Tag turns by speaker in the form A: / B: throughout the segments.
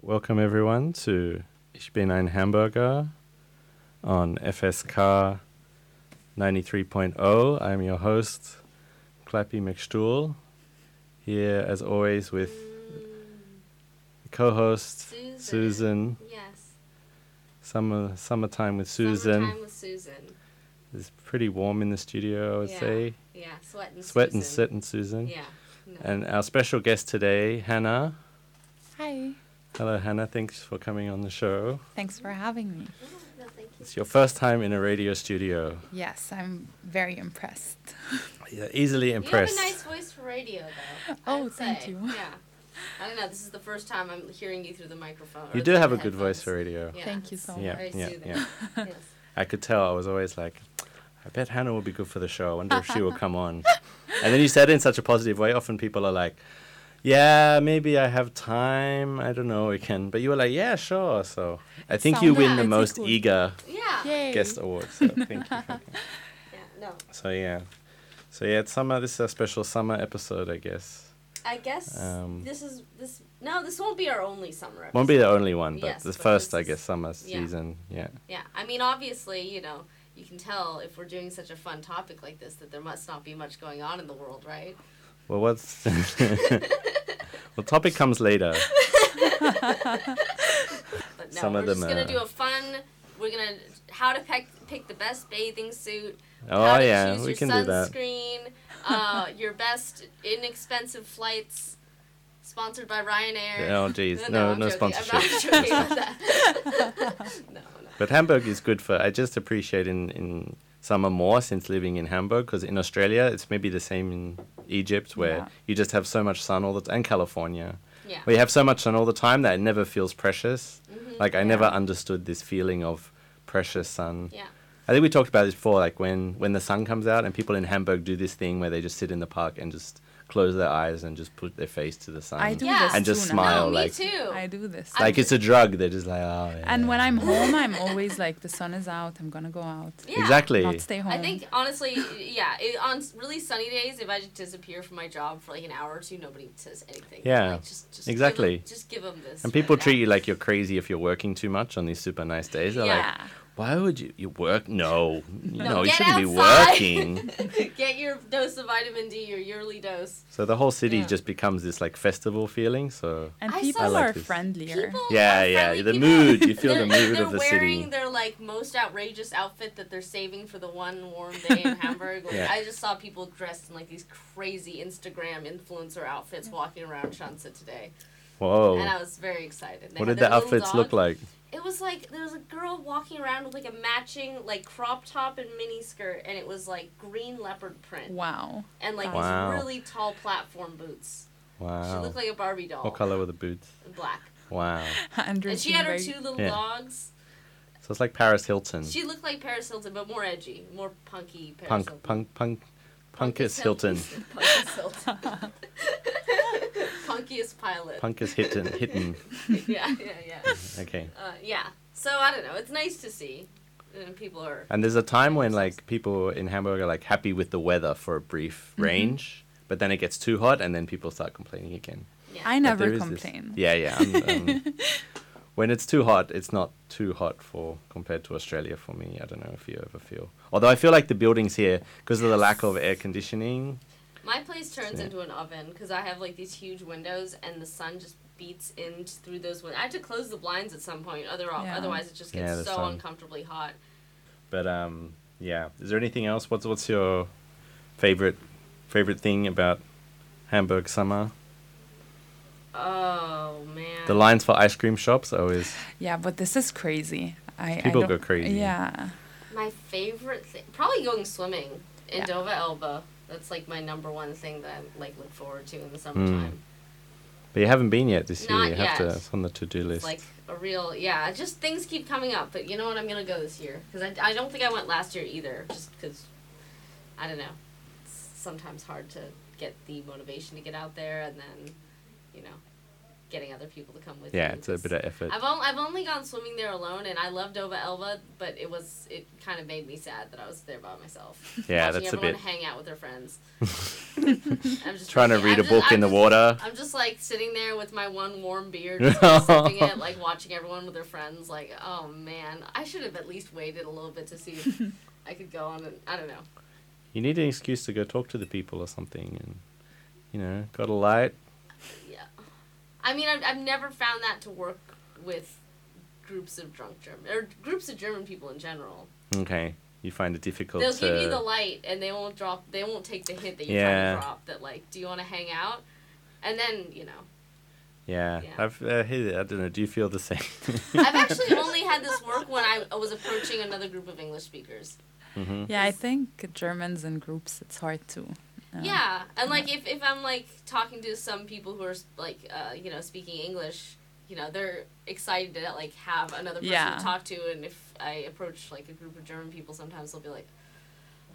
A: welcome everyone zu Ich bin ein Hamburger on FSK 93.0. oh. I'm your host, Clappy McStool, here as always with co host
B: Susan.
A: Susan.
B: Yes.
A: Summer, summertime with Susan.
B: Summertime with Susan.
A: It's pretty warm in the studio, I would
B: Yeah.
A: say.
B: Yeah. Sweat and
A: Sweat
B: Susan.
A: and sit and Susan.
B: Yeah. No.
A: And our special guest today, Hannah.
C: Hi.
A: Hello, Hannah. Thanks for coming on the show.
C: Thanks for having me.
B: Oh, no, thank you.
A: It's your first time in a radio studio.
C: Yes, I'm very impressed.
A: Yeah, easily impressed.
B: You have a nice voice for radio, though.
C: Oh,
B: I'd
C: thank
B: say.
C: you.
B: Yeah. I don't know. This is the first time I'm hearing you through the microphone. or
A: You do
B: through
A: have
B: the
A: a good voice for
B: headphones.
A: radio.
B: Yeah.
C: Thank you so
A: Yeah,
C: much.
B: Very
A: yeah,
B: soothing.
A: yeah.
B: Yes.
A: I could tell. I was always like, I bet Hannah will be good for the show. I wonder if she will come on. And then you said it in such a positive way. Often people are like, yeah, maybe I have time. I don't know, we can. But you were like, yeah, sure. So I think you
C: Sounds
A: win the
C: pretty
A: most
C: cool.
A: eager
B: Yeah.
C: Yay.
A: guest award. So thank you.
B: Yeah. No.
A: So yeah. So yeah, it's summer. This is a special summer episode, I guess.
B: I guess
A: Um,
B: this is this. No, this won't be our only summer.
A: Won't be the only one, but
B: Yes,
A: the
B: but
A: first,
B: this
A: I
B: is-
A: guess, summer
B: yeah.
A: season. Yeah.
B: Yeah, I mean, obviously, you know, you can tell if we're doing such a fun topic like this that there must not be much going on in the world, right?
A: Well, what's well, topic comes later.
B: But no,
A: Some
B: we're
A: of
B: just
A: them
B: gonna
A: are-
B: do a fun. We're gonna how to pick pick the best bathing suit.
A: Oh
B: how to
A: yeah,
B: choose
A: we
B: your
A: can do that.
B: sunscreen, uh, your best inexpensive flights, sponsored by Ryanair.
A: Oh geez, no,
B: I'm
A: no,
B: joking.
A: sponsorship.
B: I'm not joking about that. no, no.
A: But Hamburg is good for. I just appreciate in in summer more since living in Hamburg because in Australia it's maybe the same in Egypt where
C: Yeah.
A: you just have so much sun all the time, and California.
B: Yeah. Mm-hmm.
A: We have so much sun all the time that it never feels precious. Like I never
C: Yeah.
A: understood this feeling of precious sun.
B: Yeah.
A: I think we talked about this before, like when when the sun comes out and people in Hamburg do this thing where they just sit in the park and just close their eyes and just put their face to the sun.
C: I do
B: Yeah.
C: this
B: And
C: too
A: just
C: now.
A: smile,
B: no, me
A: like-
B: too.
C: I do this.
A: Like it's a drug. They're just like, oh. Yeah.
C: and when I'm home, I'm always like, the sun is out. I'm gonna go out.
B: yeah.
A: exactly.
C: Not stay home.
B: I think honestly, yeah. It, on s- really sunny days, if I just disappear from my job for like an hour or two, nobody says anything.
A: Yeah,
B: Like, just, just
A: exactly.
B: Give 'em- just give them this.
A: And people
B: right
A: treat you
B: now.
A: like you're crazy if you're working too much on these super nice days. They're like,
C: yeah.
A: why would you, you work? No, no, you
B: get
A: shouldn't be
B: outside."
A: working.
B: Get your dose of vitamin D, your yearly dose.
A: so the whole city
B: Yeah.
A: just becomes this like festival feeling. So
C: and
B: I
C: people
B: saw- I
A: like
C: are
A: this.
C: friendlier.
B: People
A: Yeah,
B: are
A: yeah,
B: friendly
A: the
B: people.
A: mood, you feel the
B: They're-
A: mood of the
B: They're
A: city.
B: wearing their like most outrageous outfit that they're saving for the one warm day in Hamburg. Like,
A: Yeah.
B: I just saw people dressed in like these crazy Instagram influencer outfits walking around Shansa today, and I
A: whoa,
B: was very excited. They
A: Oh. what
B: had
A: did
B: their
A: the
B: little
A: outfits look
B: dog.
A: like?
B: It was like there was a girl walking around with like a matching like crop top and mini skirt, and it was like green leopard print
C: Wow.
B: and like
A: Wow.
B: these really tall platform boots. She
A: Wow.
B: looked like a Barbie doll,
A: what color were the boots?
B: black,
A: Wow.
C: and
B: and she had her
C: drinking
B: two little
A: Yeah.
B: dogs.
A: So it's like Paris Hilton,
B: She looked like Paris Hilton, but more edgy, more punky. Paris
A: punk,
B: Hilton.
A: punk, punk, punkus Hilton,
B: Punkus Hilton. Punkiest pilot.
A: punkus Hilton, Hilton.
B: yeah, yeah, yeah.
A: Okay.
B: Uh, yeah. So I don't know. It's nice to see, and people are.
A: And there's a time when like people in Hamburg are like happy with the weather for a brief
C: Mm-hmm.
A: range, but then it gets too hot and then people start complaining again.
B: Yeah.
C: I
A: But there
C: never
A: is this-
C: complain.
A: Yeah, yeah. I'm- I'm- when it's too hot, it's not too hot for compared to Australia for me. I don't know if you ever feel. Although I feel like the buildings here, because of the lack of air conditioning,
B: My place turns
A: Yeah.
B: into an oven because I have like these huge windows and the sun just beats in t- through those windows. I have to close the blinds at some point, other-
C: Yeah.
B: otherwise it just gets
A: Yeah, the
B: so
A: sun.
B: uncomfortably hot.
A: but um, yeah. Is there anything else? What's what's your favorite favorite thing about Hamburg summer?
B: Oh man.
A: The lines for ice cream shops are always
C: Yeah, but this is crazy. I I
A: People
C: don't-
A: go crazy.
C: Yeah.
B: my favorite thing, probably going swimming in
C: Yeah.
B: Dova Elba. That's like my number one thing that I like look forward to in
A: Hmm.
B: the summertime.
A: But you haven't been yet this year.
B: Not
A: You have to.
B: yet.
A: It's on the to-do
B: It's
A: list.
B: like a real yeah. Just things keep coming up, but you know what? I'm gonna go this year because I, I don't think I went last year either. Just because I don't know. It's sometimes hard to get the motivation to get out there, and then you know getting other people to come with
A: Yeah,
B: you,
A: it's a
B: 'cause
A: bit of effort.
B: I've, on- I've only gone swimming there alone, and I loved Ova Elva, but it was it kind of made me sad that I was there by myself.
A: Yeah,
B: watching
A: that's a
B: everyone
A: bit.
B: hang out with their friends. I'm just
A: Trying to
B: thinking-
A: read a
B: I'm just-
A: book
B: I'm
A: in the
B: just-
A: water.
B: I'm just like sitting there with my one warm beer, just like, sipping it, like watching everyone with their friends. Like, oh man, I should have at least waited a little bit to see if I could go on. And, I don't know.
A: You need an excuse to go talk to the people or something, and you know, got a light.
B: Yeah, I mean, I've I've never found that to work with groups of drunk German or groups of German people in general.
A: Okay, you find it difficult
B: They'll
A: to.
B: give you the light, and they won't drop. They won't take the hint that you're
A: Yeah.
B: trying to drop. That like, do you want to hang out? And then you know,
A: yeah,
B: Yeah.
A: I've. Uh, hey, I don't know. Do you feel the same?
B: I've actually only had this work when I I was approaching another group of English speakers.
A: hmm
C: Yeah, I think Germans in groups, it's hard to. uh,
B: Yeah, and like if, if I'm like talking to some people who are like uh, you know speaking English, you know they're excited to like have another person
C: Yeah.
B: to talk to, and if I approach like a group of German people, sometimes they'll be like,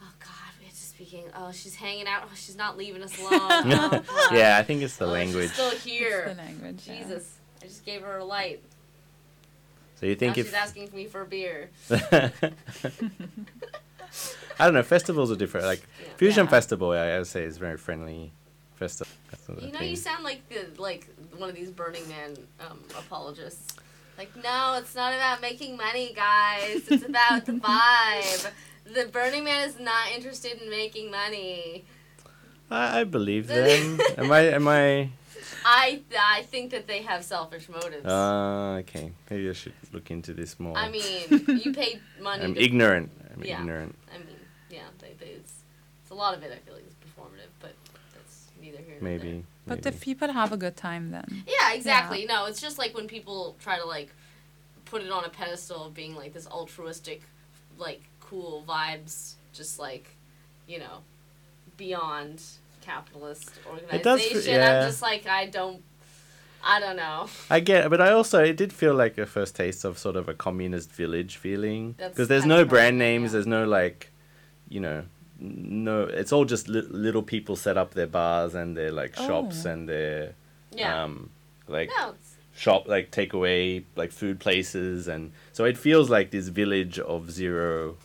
B: "Oh God, we have to speaking. Oh, she's hanging out. Oh, she's not leaving us alone. Oh, God.
A: yeah, I think it's the
B: Oh,
A: language.
B: She's still
C: It's the
B: here.
C: language. yeah.
B: Jesus, I just gave her a light.
A: So you
B: Now
A: think
B: she's
A: if
B: asking me for a beer.
A: I don't know, festivals are different. Like
B: Yeah.
A: Fusion
C: Yeah.
A: Festival, I, I would say is very friendly festival.
B: You know, you sound like the like one of these Burning Man um, apologists. Like, no, it's not about making money, guys. It's about the vibe. The Burning Man is not interested in making money.
A: I, I believe them. am I? Am I?
B: I I think that they have selfish motives.
A: Uh, okay. Maybe I should look into this more.
B: I mean, you paid money.
A: I'm
B: to-
A: ignorant. I'm
B: Yeah.
A: ignorant.
B: I mean, yeah, they, they, it's, it's a lot of it. I feel like is performative, but that's neither here nor there.
A: Maybe.
C: But the
A: maybe.
C: people have a good time then.
B: Yeah, exactly. No, it's just like when people try to like put it on a pedestal of being like this altruistic, like cool vibes, just like you know, beyond capitalist organization.
A: It does fe- yeah.
B: I'm just like I don't, I don't know.
A: I get, but I also it did feel like a first taste of sort of a communist village feeling
B: That's
A: because there's
B: kind of
A: no
B: how I
A: brand
B: felt,
A: names,
B: yeah.
A: there's no like, you know, n- no. It's all just li- little people set up their bars and their like shops
C: Oh.
A: and their
B: Yeah.
A: um like
B: no. It's,
A: shop like takeaway like food places and so it feels like this village of zero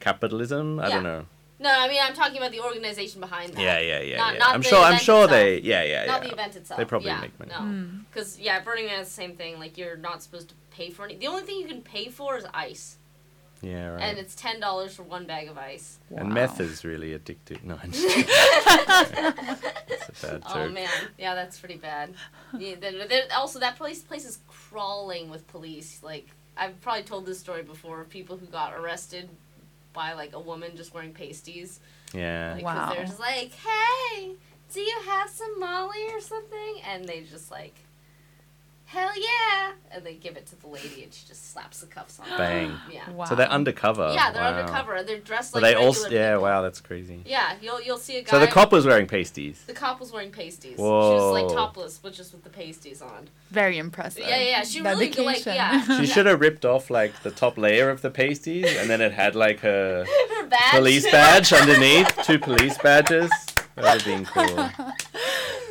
A: capitalism. I
B: Yeah.
A: don't know.
B: no, I mean I'm talking about the organization behind that.
A: Yeah, yeah, yeah.
B: Not-
A: yeah.
B: not
A: I'm
B: the
A: sure. I'm
B: event
A: sure
B: itself.
A: they. Yeah, yeah,
B: Not
A: yeah.
B: the event itself.
A: They probably
B: yeah,
A: make money.
B: No, because yeah, Burning Man is the same thing. Like you're not supposed to pay for any. The only thing you can pay for is ice,
A: Yeah, right.
B: and it's ten dollars for one bag of ice.
A: And
C: Wow.
A: meth is really addictive. No, I'm just kidding. That's a bad joke.
B: Oh man, yeah, that's pretty bad. Yeah, there- there- also, that place place is crawling with police. Like I've probably told this story before. of People who got arrested by like a woman just wearing pasties.
A: Yeah.
B: Like, 'cause
C: Wow.
B: They're just like, hey, do you have some Molly or something? And they just like, hell yeah, and they give it to the lady, and she just slaps the cuffs on. her.
A: Bang.
B: Yeah.
C: Wow.
A: So they're undercover.
B: Yeah, they're
A: wow.
B: undercover. They're dressed
A: But
B: like.
A: they
B: regular
A: also yeah,
B: people.
A: wow, that's crazy.
B: Yeah, you'll you'll see a guy.
A: So the cop was wearing pasties.
B: The cop was wearing pasties. She was like
A: Whoa.
B: topless, but just with the pasties on.
C: Very impressive.
B: Yeah, yeah, she really go, like,
C: Dedication.
B: yeah.
A: She should have ripped off like the top layer of the pasties, and then it had like her
B: Her badge.
A: police badge underneath, two police badges. That would have been cool.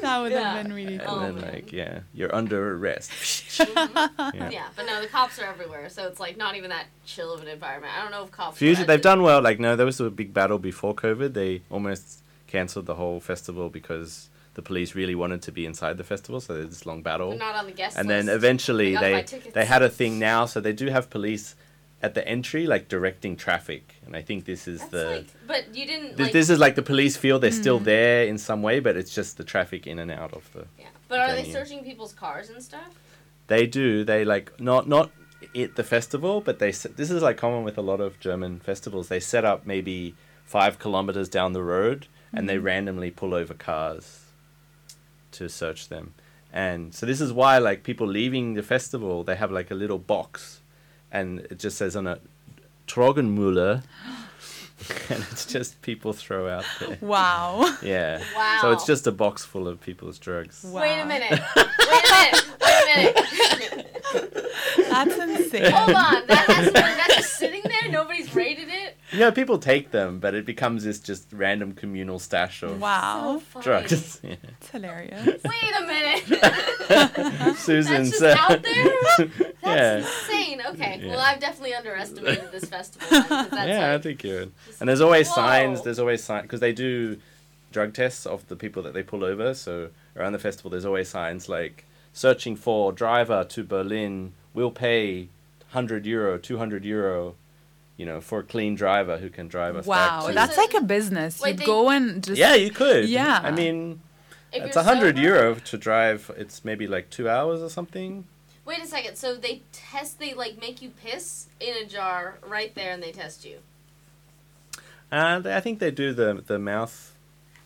A: And
C: that would
B: Yeah.
C: have been really cool.
B: Oh,
A: then
B: man.
A: like yeah, you're under arrest.
B: yeah. but no, the cops are everywhere, so it's like not even that chill of an environment. I don't know if cops. were
A: Fusion,
B: at
A: they've
B: the-
A: done well. Like, no, there was a big battle before COVID. They almost cancelled the whole festival because the police really wanted to be inside the festival, so there's this long
B: They're
A: battle.
B: not on the guest
A: And
B: list.
A: then eventually
B: I got my
A: they
B: tickets.
A: they had a thing now, so they do have police at the entry, like directing traffic. And I think this is
B: That's
A: the
B: like, but you didn't.
A: this,
B: Like,
A: this is like the police feel they're still there in some way, but it's just the traffic in and out of the.
B: yeah. But are they
A: venue.
B: searching people's cars and stuff?
A: They do. They like not not at the festival, but they s- this is like common with a lot of German festivals. They set up maybe five kilometers down the road, and they randomly pull over cars to search them. And so this is why like people leaving the festival, they have like a little box, and it just says on it, Trogenmüller. and it's just people throw out there.
C: Wow.
A: Yeah.
B: Wow.
A: So it's just a box full of people's drugs.
C: Wow.
B: Wait a minute. Wait a minute. Wait a minute.
C: That's insane.
B: Hold on. That has, that's just sitting there. Nobody's raided it.
A: Yeah, people take them, but it becomes this just random communal stash of
C: Wow.
B: So funny.
A: drugs. Yeah.
C: It's hilarious.
B: Wait a minute.
A: Susan
B: just
A: said.
B: out there?
A: yeah.
B: That's insane. Okay.
A: Yeah.
B: Well, I've definitely underestimated this festival. then, 'cause that's
A: yeah, I
B: like-
A: think you would. And there's always signs.
B: Whoa.
A: There's always signs because they do drug tests of the people that they pull over. So around the festival, there's always signs like searching for driver to Berlin. will pay hundred euro, two hundred euro, you know, for a clean driver who can drive us. back
C: Wow,
A: to-
C: that's like a business.
B: Wait,
C: you
B: they-
C: go and just
A: yeah, you could.
C: Yeah.
A: I mean,
B: if
A: it's
B: you're
A: a hundred
B: sober-
A: euro to drive. It's maybe like two hours or something.
B: Wait a second. So they test. They like make you piss in a jar right there, and they test you.
A: And I think Uh, they do the the mouth.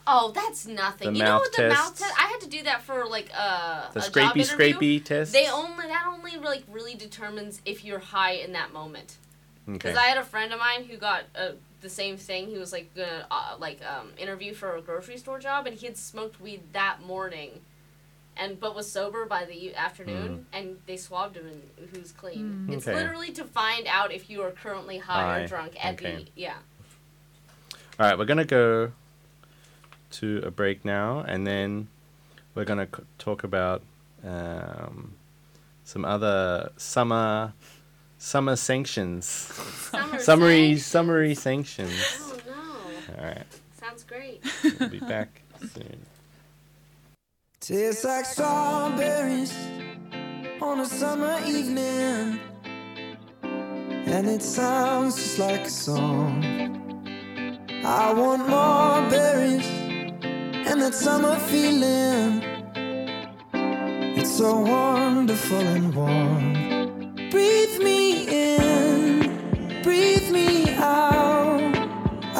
B: Oh, that's nothing.
A: The
B: you know
A: mouth
B: what the mouth
A: tests.
B: test? I had to do that for like uh,
A: The
B: a job
A: scrapey
B: interview.
A: scrapey test.
B: They only that only like really determines if you're high in that moment.
A: okay.
B: Because I had a friend of mine who got uh, the same thing. He was like gonna uh, like um, interview for a grocery store job, and he had smoked weed that morning, and but was sober by the e- afternoon, and they swabbed him and who's clean. It's
A: Mm. Okay.
B: literally to find out if you are currently high,
A: High,
B: or drunk at
A: okay.
B: the yeah.
A: All right, we're gonna go to a break now, and then we're gonna c- talk about um, some other summer summer sanctions,
B: Summer
A: summary
B: sex.
A: summary sanctions.
B: Oh no!
A: All right,
B: Sounds great.
A: we'll be back soon.
D: Tastes like strawberries on a summer evening. And it sounds just like a song. I want more berries and that summer feeling. It's so wonderful and warm. Breathe me in, breathe me out.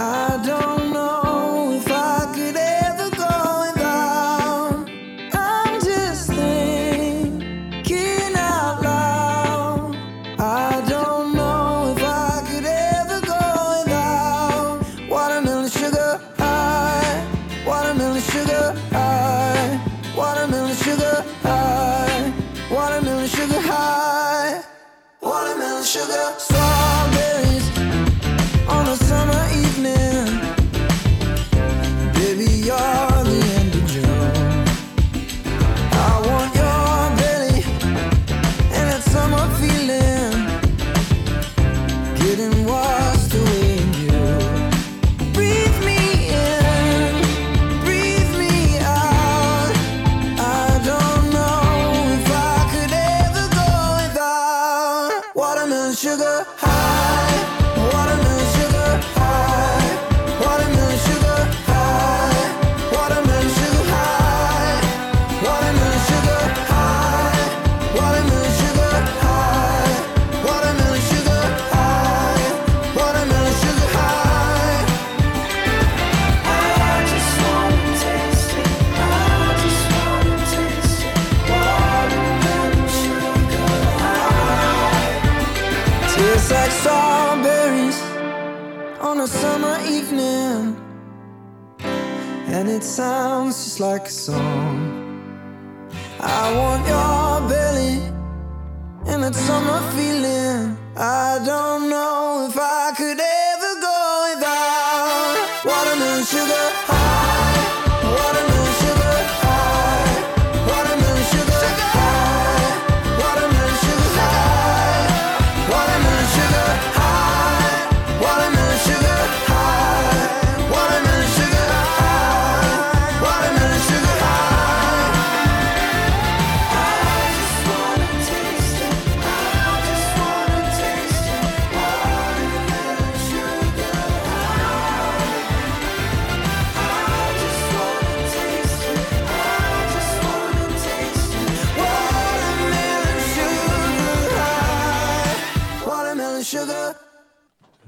D: I don't know if I could ever go without. I'm just thinking out loud. I don't know if I could ever go without watermelon sugar high, watermelon sugar high, watermelon sugar high, watermelon sugar high, watermelon sugar strawberries on a summer evening. Baby, you're the end of June. I want your belly and that summer feeling. Getting washed away in you. Breathe me in, breathe me out. I don't know if I could ever go without watermelon sugar high, watermelon sugar high, watermelon sugar high, watermelon sugar high, watermelon sugar high, watermelon sugar high, watermelon sugar high, watermelon sugar high. I just wanna taste it. I just wanna taste it. Watermelon sugar high. Tastes like strawberries on a summer evening, and it sounds just like a song. I want your belly and that summer feeling. I don't know if I could ever go without watermelon sugar high, watermelon sugar high, watermelon sugar high, watermelon sugar high, watermelon sugar high, watermelon sugar high, watermelon sugar high, watermelon sugar high. Sugar.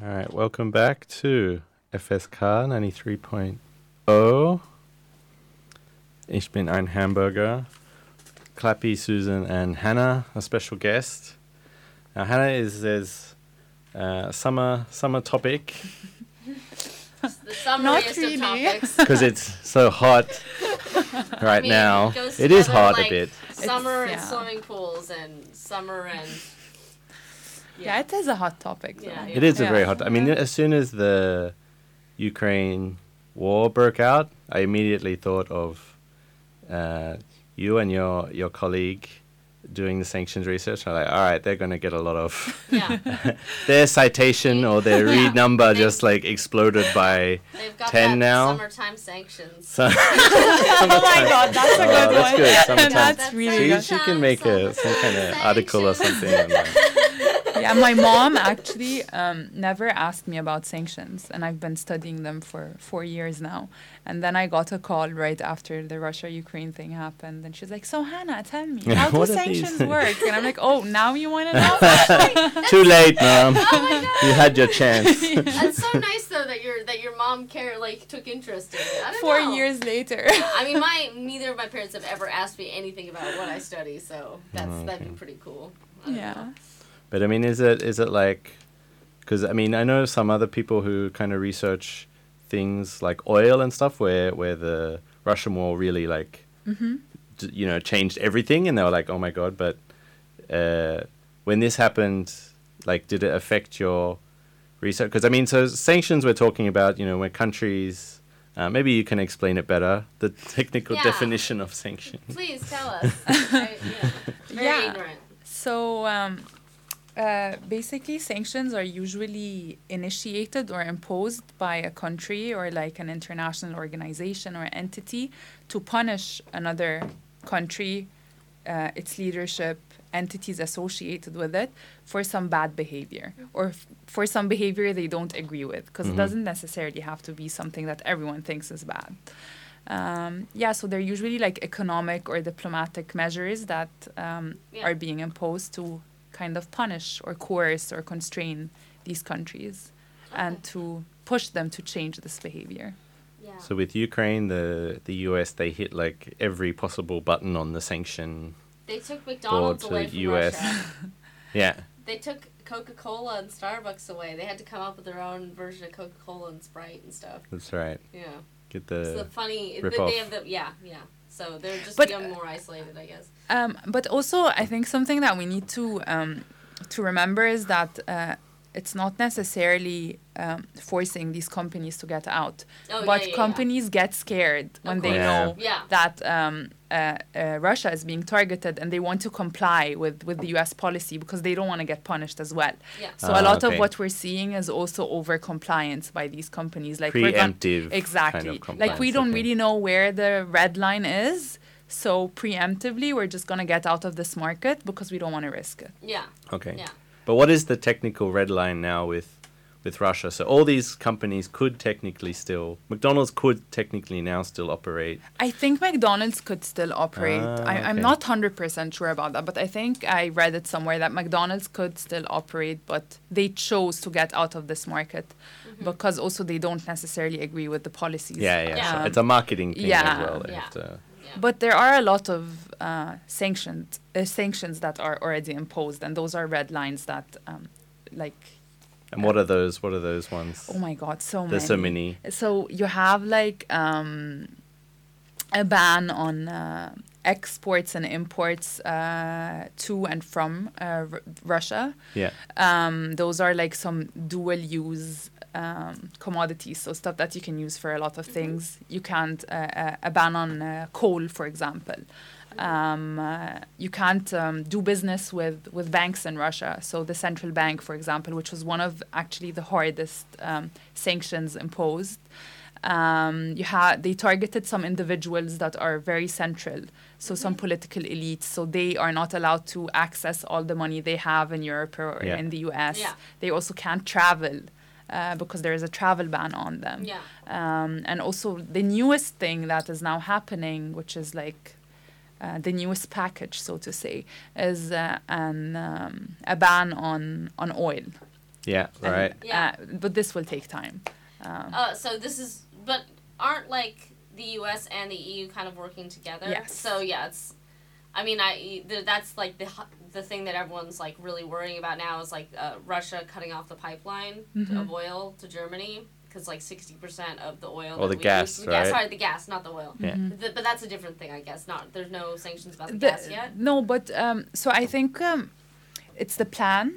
A: All right, welcome back to FSK 93.0. oh. Ich bin ein Hamburger. Clappy, Susan, and Hannah, a special guest. Now, Hannah is this uh, summer summer topic
B: The summariest
C: Not
B: of
C: really.
B: topics.
A: because it's so hot right
B: I mean,
A: now.
B: it goes
A: It is
B: together
A: hot
B: like
A: a bit.
B: Summer and
C: yeah.
B: swimming pools and summer and
C: Yeah, it is a hot topic. Though.
B: Yeah,
A: It is a
C: Yeah.
A: very hot. I mean,
C: Yeah.
A: as soon as the Ukraine war broke out, I immediately thought of uh, you and your your colleague doing the sanctions research. I'm like, all right, they're going to get a lot of
B: Yeah.
A: their citation or their
B: Yeah.
A: read number
B: They-
A: just like exploded by.
B: They've got
A: 10
B: that
A: now.
B: summertime sanctions.
A: Some,
C: Oh my god, that's a
A: Oh,
C: good
A: that's
C: one.
A: good, summertime.
C: That's really
A: she,
C: good.
A: she can make a some kind of article or something.
B: Sanctions.
A: online.
C: yeah, my mom actually um, never asked me about sanctions, and I've been studying them for four years now. And then I got a call right after the Russia-Ukraine thing happened, and she's like, "So Hannah, tell me,
A: Yeah,
C: how do
A: what are these
C: sanctions
A: things?"
C: work?" And I'm like, "Oh, now you want to know?"
A: Too late, mom.
B: Oh my
A: you had your chance.
B: god. That's so nice though that your that your mom care like took interest in it. I don't
C: four
B: know.
C: years later.
B: I mean, my neither of my parents have ever asked me anything about what I study, so that's
A: Oh,
B: that'd be pretty cool. I don't
C: yeah.
B: know.
A: But I mean, is it is it like? Because I mean, I know some other people who kind of research things like oil and stuff, where where the Russian war really like, d- you know, changed everything, and they were like, oh my god. But uh, when this happened, like, did it affect your research? Because I mean, so sanctions we're talking about, you know, when countries. Uh, maybe you can explain it better. The technical
B: Yeah.
A: definition of sanction.
B: Please tell us. I, yeah. Very
C: Yeah.
B: ignorant.
C: So um, uh, basically, sanctions are usually initiated or imposed by a country or like an international organization or entity to punish another country, uh, its leadership, entities associated with it for some bad behavior or f- for some behavior they don't agree with because it doesn't necessarily have to be something that everyone thinks is bad. Um, yeah, so they're usually like economic or diplomatic measures that um,
B: Yeah.
C: are being imposed to kind of punish or coerce or constrain these countries and to push them to change this behavior.
B: Yeah.
A: So with Ukraine, the the US they hit like every possible button on the sanction.
B: they took McDonald's
A: to
B: away
A: the
B: from
A: US.
B: Russia.
A: Yeah.
B: They took Coca Cola and Starbucks away. They had to come up with their own version of Coca Cola and Sprite and stuff.
A: That's right.
B: Yeah.
A: Get
B: It's the
A: the
B: funny.
A: rip
B: They,
A: off.
B: they have the yeah yeah. So they're just
C: But, uh,
B: become more isolated, I guess.
C: Um, but also, I think something that we need to um, to remember is that uh, it's not necessarily um, forcing these companies to get out,
B: Oh,
C: but
B: yeah, yeah,
C: companies get scared when they
A: course. Yeah.
C: know
B: Yeah.
C: that um, uh, uh, Russia is being targeted and they want to comply with, with the U.S. policy because they don't want to get punished as well.
B: Yeah.
C: So
A: Ah,
C: a lot
A: okay.
C: of what we're seeing is also over compliance by these companies, like we're gon-
A: preemptive kind of
C: exactly. like we
A: compliance,
C: don't
A: okay.
C: really know where the red line is. So preemptively, we're just gonna get out of this market because we don't want to risk it.
B: Yeah.
A: Okay.
B: Yeah.
A: But what is the technical red line now with with Russia? So all these companies could technically still McDonald's could technically now still operate.
C: I think McDonald's could still operate.
A: Ah,
C: I, I'm
A: okay.
C: not hundred percent sure about that, but I think I read it somewhere that McDonald's could still operate, but they chose to get out of this market because also they don't necessarily agree with the policies.
A: Yeah, yeah.
B: Yeah.
A: So it's a marketing thing as
C: Yeah.
A: well. They
B: Yeah.
A: have to-
B: Yeah.
C: But there are a lot of uh, sanctions uh, sanctions that are already imposed, and those are red lines that, um, like,
A: and what are those? What are those ones?
C: oh my god, so
A: There's
C: many.
A: so many.
C: So you have like um, a ban on uh, exports and imports uh, to and from uh, R- Russia.
A: Yeah.
C: Um, those are like some dual use um, commodities, so stuff that you can use for a lot of things. You can't, uh, uh, a ban on uh, coal, for example. Um, uh, you can't um, do business with, with banks in Russia. So, the central bank, for example, which was one of actually the hardest um, sanctions imposed, um, you had they targeted some individuals that are very central so some political elites so they are not allowed to access all the money they have in europe or
A: Yeah.
C: in the us
B: Yeah.
C: they also can't travel uh, because there is a travel ban on them
B: Yeah.
C: um, and also the newest thing that is now happening which is like uh, the newest package, so to say, is uh, an um, a ban on on oil.
A: Yeah.
C: And,
A: Right.
B: Yeah.
C: uh, but this will take time. Um,
B: Uh, so this is, but aren't like the U.S. and the EU kind of working together?
C: Yes.
B: So yeah, it's. I mean, I th- that's like the hu- the thing that everyone's like really worrying about now is like uh, Russia cutting off the pipeline
C: Mm-hmm.
B: of oil to Germany because like sixty percent of the oil
A: Or
B: that
A: the
B: we
A: gas,
B: use,
A: right?
B: yeah, sorry the gas not the oil
A: Yeah.
C: Mm-hmm.
B: Th- but that's a different thing I guess not there's no sanctions about the,
C: The-
B: gas yet
C: No, but um, so I think um, it's the plan.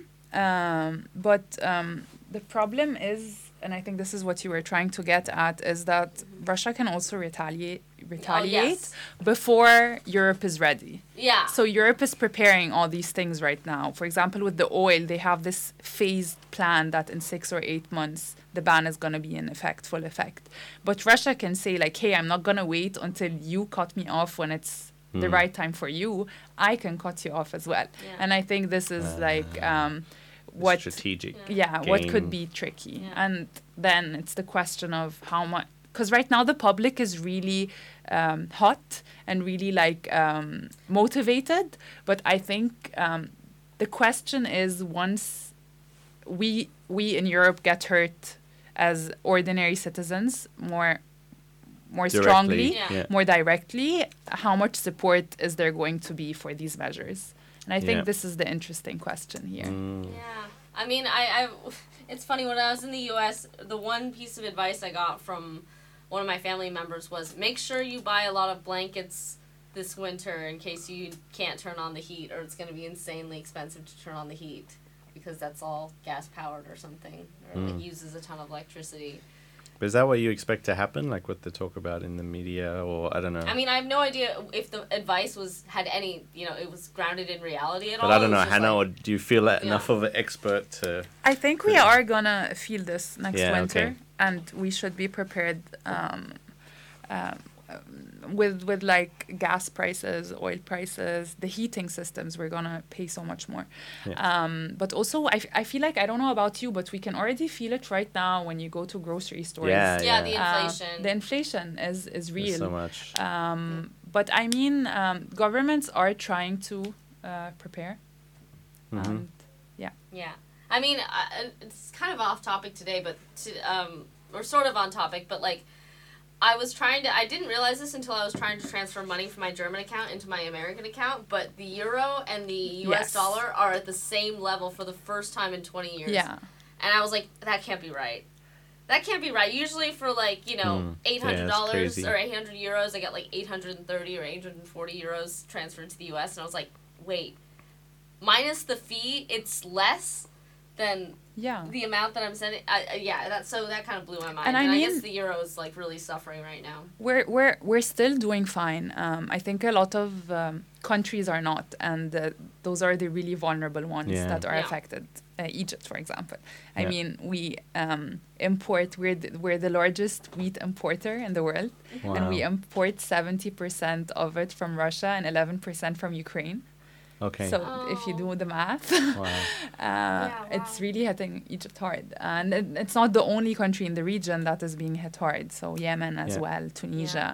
C: Um, but um, the problem is, and I think this is what you were trying to get at, is that Russia can also retaliate retaliate
B: Oh, yes.
C: before Europe is ready.
B: Yeah.
C: So Europe is preparing all these things right now. For example, with the oil, they have this phased plan that in six or eight months the ban is gonna be in effect, full effect. But Russia can say like, "Hey, I'm not gonna wait until you cut me off when it's the right time for you. I can cut you off as well."
B: Yeah.
C: And I think this is like um, what
A: strategic?
C: yeah what could
A: game.
C: be tricky
B: Yeah.
C: and then it's the question of how much because right now the public is really um, hot and really like um, motivated but i think um, the question is once we we in europe get hurt as ordinary citizens more more
A: Directly,
C: strongly
B: Yeah.
A: yeah.
C: more directly how much support is there going to be for these measures and i think
A: Yeah. Mm.
C: this is the interesting question here
B: yeah. I mean, I, I, it's funny when I was in the U.S. The one piece of advice I got from one of my family members was make sure you buy a lot of blankets this winter in case you can't turn on the heat or it's going to be insanely expensive to turn on the heat because that's all gas powered or something or
A: Hmm.
B: it uses a ton of electricity.
A: But is that what you expect to happen? Like what they talk about in the media, or I don't know.
B: I mean, I have no idea if the advice was had any, you know, it was grounded in reality at all.
A: but I don't
B: It
A: know,
B: was just
A: Hannah.
B: like-
A: or do you feel that
B: Yeah.
A: enough of an expert to?
C: I think we
A: Pretty-
C: are gonna feel this next
A: Yeah,
C: winter,
A: okay.
C: and we should be prepared um, um, with with like gas prices, oil prices, the heating systems. We're gonna pay so much more. Um, but also, I, f- I feel like I don't know about you, but we can already feel it right now when you go to grocery stores.
A: Yeah,
B: yeah,
A: yeah.
B: the
C: Uh,
B: inflation.
C: the inflation is is real.
A: There's so much.
C: Um, but I mean, um, governments are trying to uh, prepare. Um,
A: Mhm.
C: And
B: Yeah. I mean, I, it's kind of off topic today, but to, um, or sort of on topic, but like, I was trying to, I didn't realize this until I was trying to transfer money from my German account into my American account, but the euro and the US
C: Yes.
B: dollar are at the same level for the first time in 20 years.
C: yeah,
B: And I was like, that can't be right. That can't be right. Usually for like, you know,
A: Hmm. Yeah,
B: $800
A: it's crazy.
B: or 800 euros, I got like 830 or 840 euros transferred to the US. And I was like, wait, minus the fee, it's less than
C: yeah.
B: the amount that I'm sending. I, I- yeah, that, so that kind of blew my mind. And
C: Oh. I
B: I,
C: mean-
B: guess the euro is like really suffering right now.
C: we're we're we're still doing fine. Um, I think a lot of um, countries are not, and uh, those are the really vulnerable ones
A: Yeah.
C: that are
B: Yeah.
C: affected. Uh, Egypt, for example. I
A: Yeah.
C: mean, we um, import. We're the, we're the largest wheat importer in the world, and we
A: Wow.
C: import seventy percent of it from Russia and eleven percent from Ukraine.
A: Okay.
C: So if you
B: Oh.
C: do the math,
A: wow.
C: uh,
B: Yeah,
C: it's
B: wow.
C: really hitting Egypt hard. And it, it's not the only country in the region that is being hit hard. So Yemen as
A: Yeah.
C: well, Tunisia.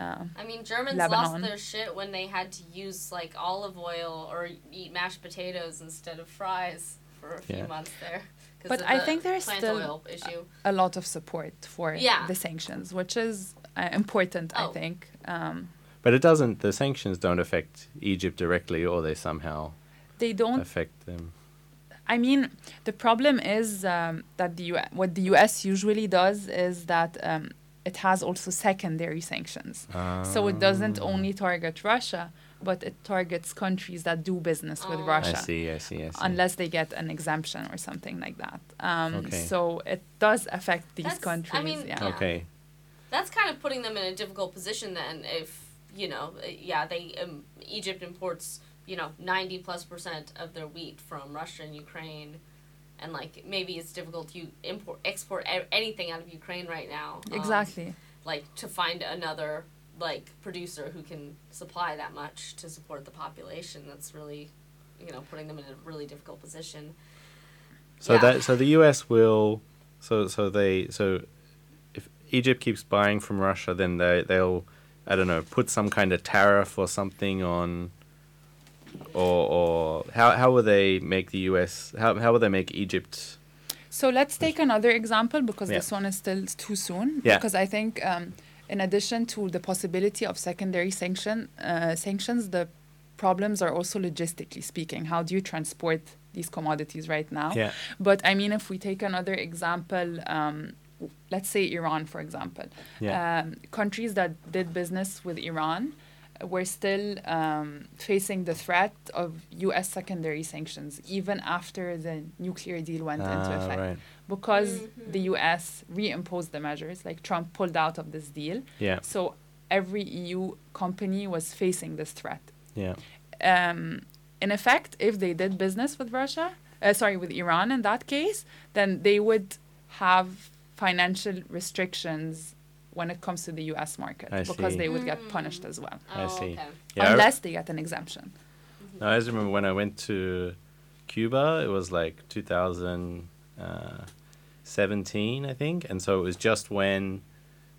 C: Um,
B: I mean, Germans
C: Lebanon.
B: lost their shit when they had to use like olive oil or eat mashed potatoes instead of fries for a few
A: Yeah.
B: months there. 'cause
C: But
B: of
C: I
B: the
C: think there's
B: plant
C: still-
B: oil issue.
C: a lot of support for
B: Yeah.
C: the sanctions, which is uh, important, I
B: Oh.
C: think. Um,
A: But it doesn't. The sanctions don't affect Egypt directly, or they somehow
C: they don't.
A: affect them.
C: I mean, the problem is um, that the U. What the U.S. usually does is that um, it has also secondary sanctions, so it doesn't
A: Ah.
C: only target Russia, but it targets countries that do business with
B: Oh.
A: Ah. I
C: Russia.
A: see. I see. I see.
C: Unless they get an exemption or something like that, um,
A: Okay.
C: so it does affect these
B: That's- I
C: countries.
B: mean,
C: yeah.
B: yeah.
A: Okay.
B: That's kind of putting them in a difficult position then if, you know, uh, yeah, they um, Egypt imports, you know, 90 plus percent of their wheat from Russia and Ukraine and like maybe it's difficult to import export a- anything out of Ukraine right now. um,
C: exactly.
B: like to find another like producer who can supply that much to support the population that's really you know putting them in a really difficult position
A: So
B: Yeah.
A: that so the US will so so they so if Egypt keeps buying from Russia then they they'll I don't know put some kind of tariff or something on or or how how will they make the US how how will they make Egypt
C: So let's take another example because
A: Yeah.
C: this one is still too soon.
A: Yeah.
C: Because I think, um, in addition to the possibility of secondary sanction uh, sanctions, the problems are also logistically speaking. How do you transport these commodities right now?
A: Yeah.
C: But I mean, if we take another example, um, w- let's say Iran, for example,
A: Yeah.
C: um, countries that did business with Iran. we're still um, facing the threat of U.S. secondary sanctions even after the nuclear deal went into
A: Ah,
C: effect
A: right.
C: because the U.S. reimposed the measures. Like Trump pulled out of this deal,
A: Yeah,
C: so every EU company was facing this threat.
A: yeah.
C: Um, in effect, if they did business with Russia, uh, sorry, with Iran in that case, then they would have financial restrictions when it comes to the U.S. market
A: I
C: because
A: see.
C: they would get
B: Mm.
C: punished as well,
A: I
B: Oh,
A: see.
B: okay.
A: Yeah, I-
C: unless they get an exemption.
A: No, I just remember when I went to Cuba, it was like 2017, I think. And so it was just when,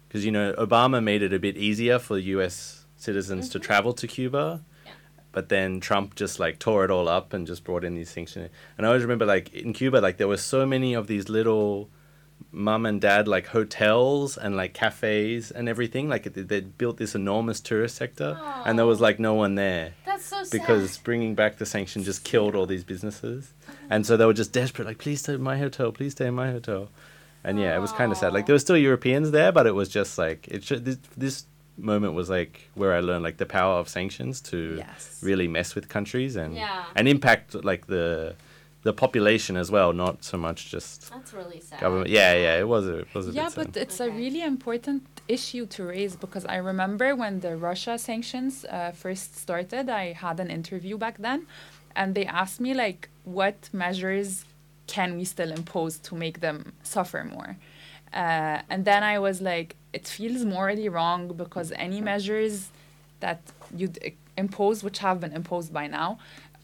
A: because, you know, Obama made it a bit easier for US citizens to travel to Cuba.
B: Yeah.
A: But then Trump just like tore it all up and just brought in these sanctions. And I always remember like in Cuba, like there were so many of these little mum and dad like hotels and like cafes and everything. Like they they'd built this enormous tourist sector and there was like no one there
B: That's so sad.
A: because bringing back the sanction just killed all these businesses, and so they were just desperate, like please stay in my hotel, please stay in my hotel, and yeah, it was kind of sad. Like there were still Europeans there, but it was just like it. Should, this, this moment was like where I learned like the power of sanctions to
C: Yes.
A: really mess with countries and
B: Yeah.
A: and impact like the the population as well, not so much just
B: That's really sad.
A: government. Yeah, yeah, it was a it was a
C: Yeah,
A: bit sad.
C: but it's a
B: Okay.
C: really important issue to raise because I remember when the Russia sanctions uh, first started, I had an interview back then, and they asked me like, what measures can we still impose to make them suffer more? Uh, and then I was like, it feels morally wrong because any measures that you'd i- impose, which have been imposed by now,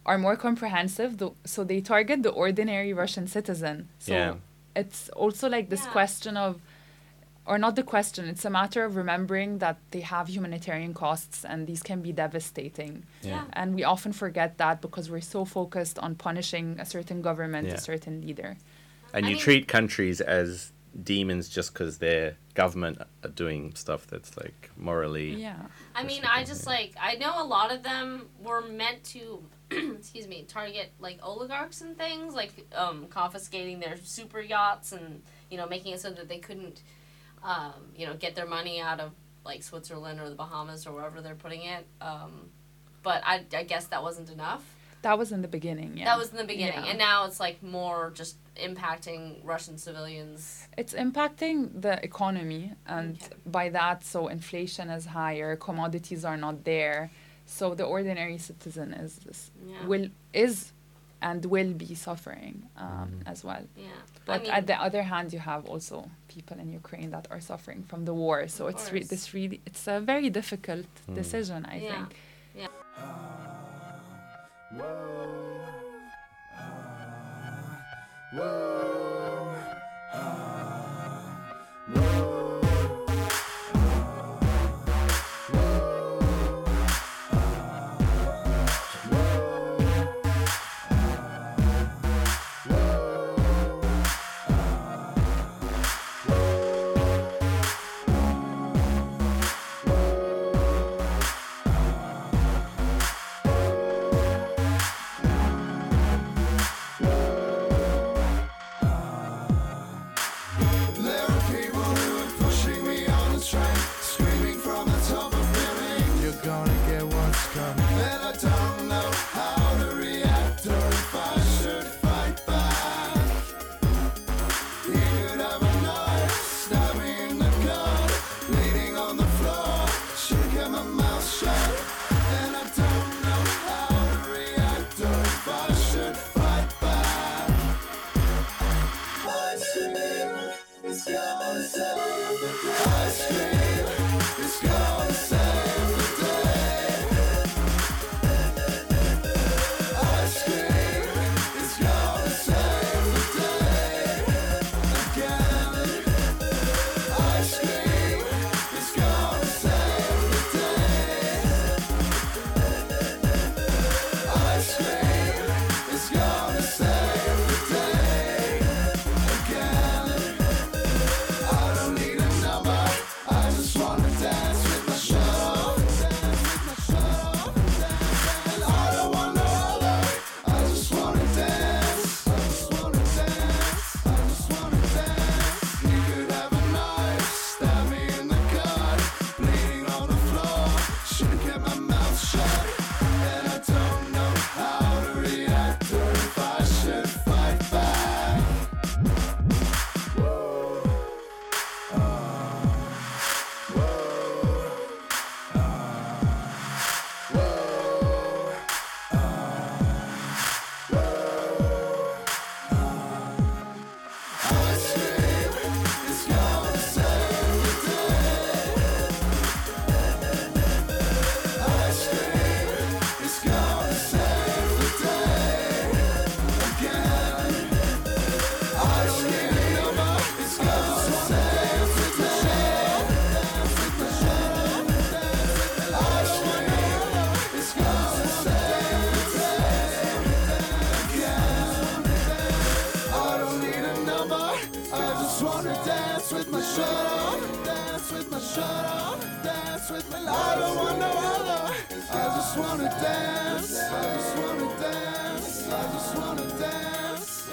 C: are more comprehensive. Th- so they target the ordinary Russian citizen. So
A: Yeah.
C: it's also like this
B: Yeah.
C: question of, or not the question, it's a matter of remembering that they have humanitarian costs and these can be devastating.
A: yeah.
C: And we often forget that because we're so focused on punishing a certain government,
A: Yeah.
C: a certain leader.
A: and
B: I
A: you
B: mean-
A: treat countries as demons just because their government are doing stuff that's like morally
C: Yeah.
B: I mean, I just like I know a lot of them were meant to, excuse me, target like oligarchs and things, like um, confiscating their super yachts and you know making it so that they couldn't, um, you know, get their money out of like Switzerland or the Bahamas or wherever they're putting it. Um, but I, I guess that wasn't enough.
C: That was in the beginning. Yeah.
B: That was in the beginning,
C: Yeah.
B: and now it's like more just impacting Russian civilians.
C: It's impacting the economy, and
B: Okay.
C: by that, so inflation is higher, commodities are not there, so the ordinary citizen is, is
B: Yeah.
C: will is and will be suffering um, as well.
B: Yeah,
C: But
B: I mean,
C: at the other hand, you have also people in Ukraine that are suffering from the war. So
B: Of
C: it's re-
B: course.
C: this really it's a very difficult
A: Hmm.
C: decision, I
B: Yeah.
C: think.
D: shirt on, dance with my shirt on, dance with my life. I don't want no other. I just wanna dance. I just wanna dance. I just wanna dance.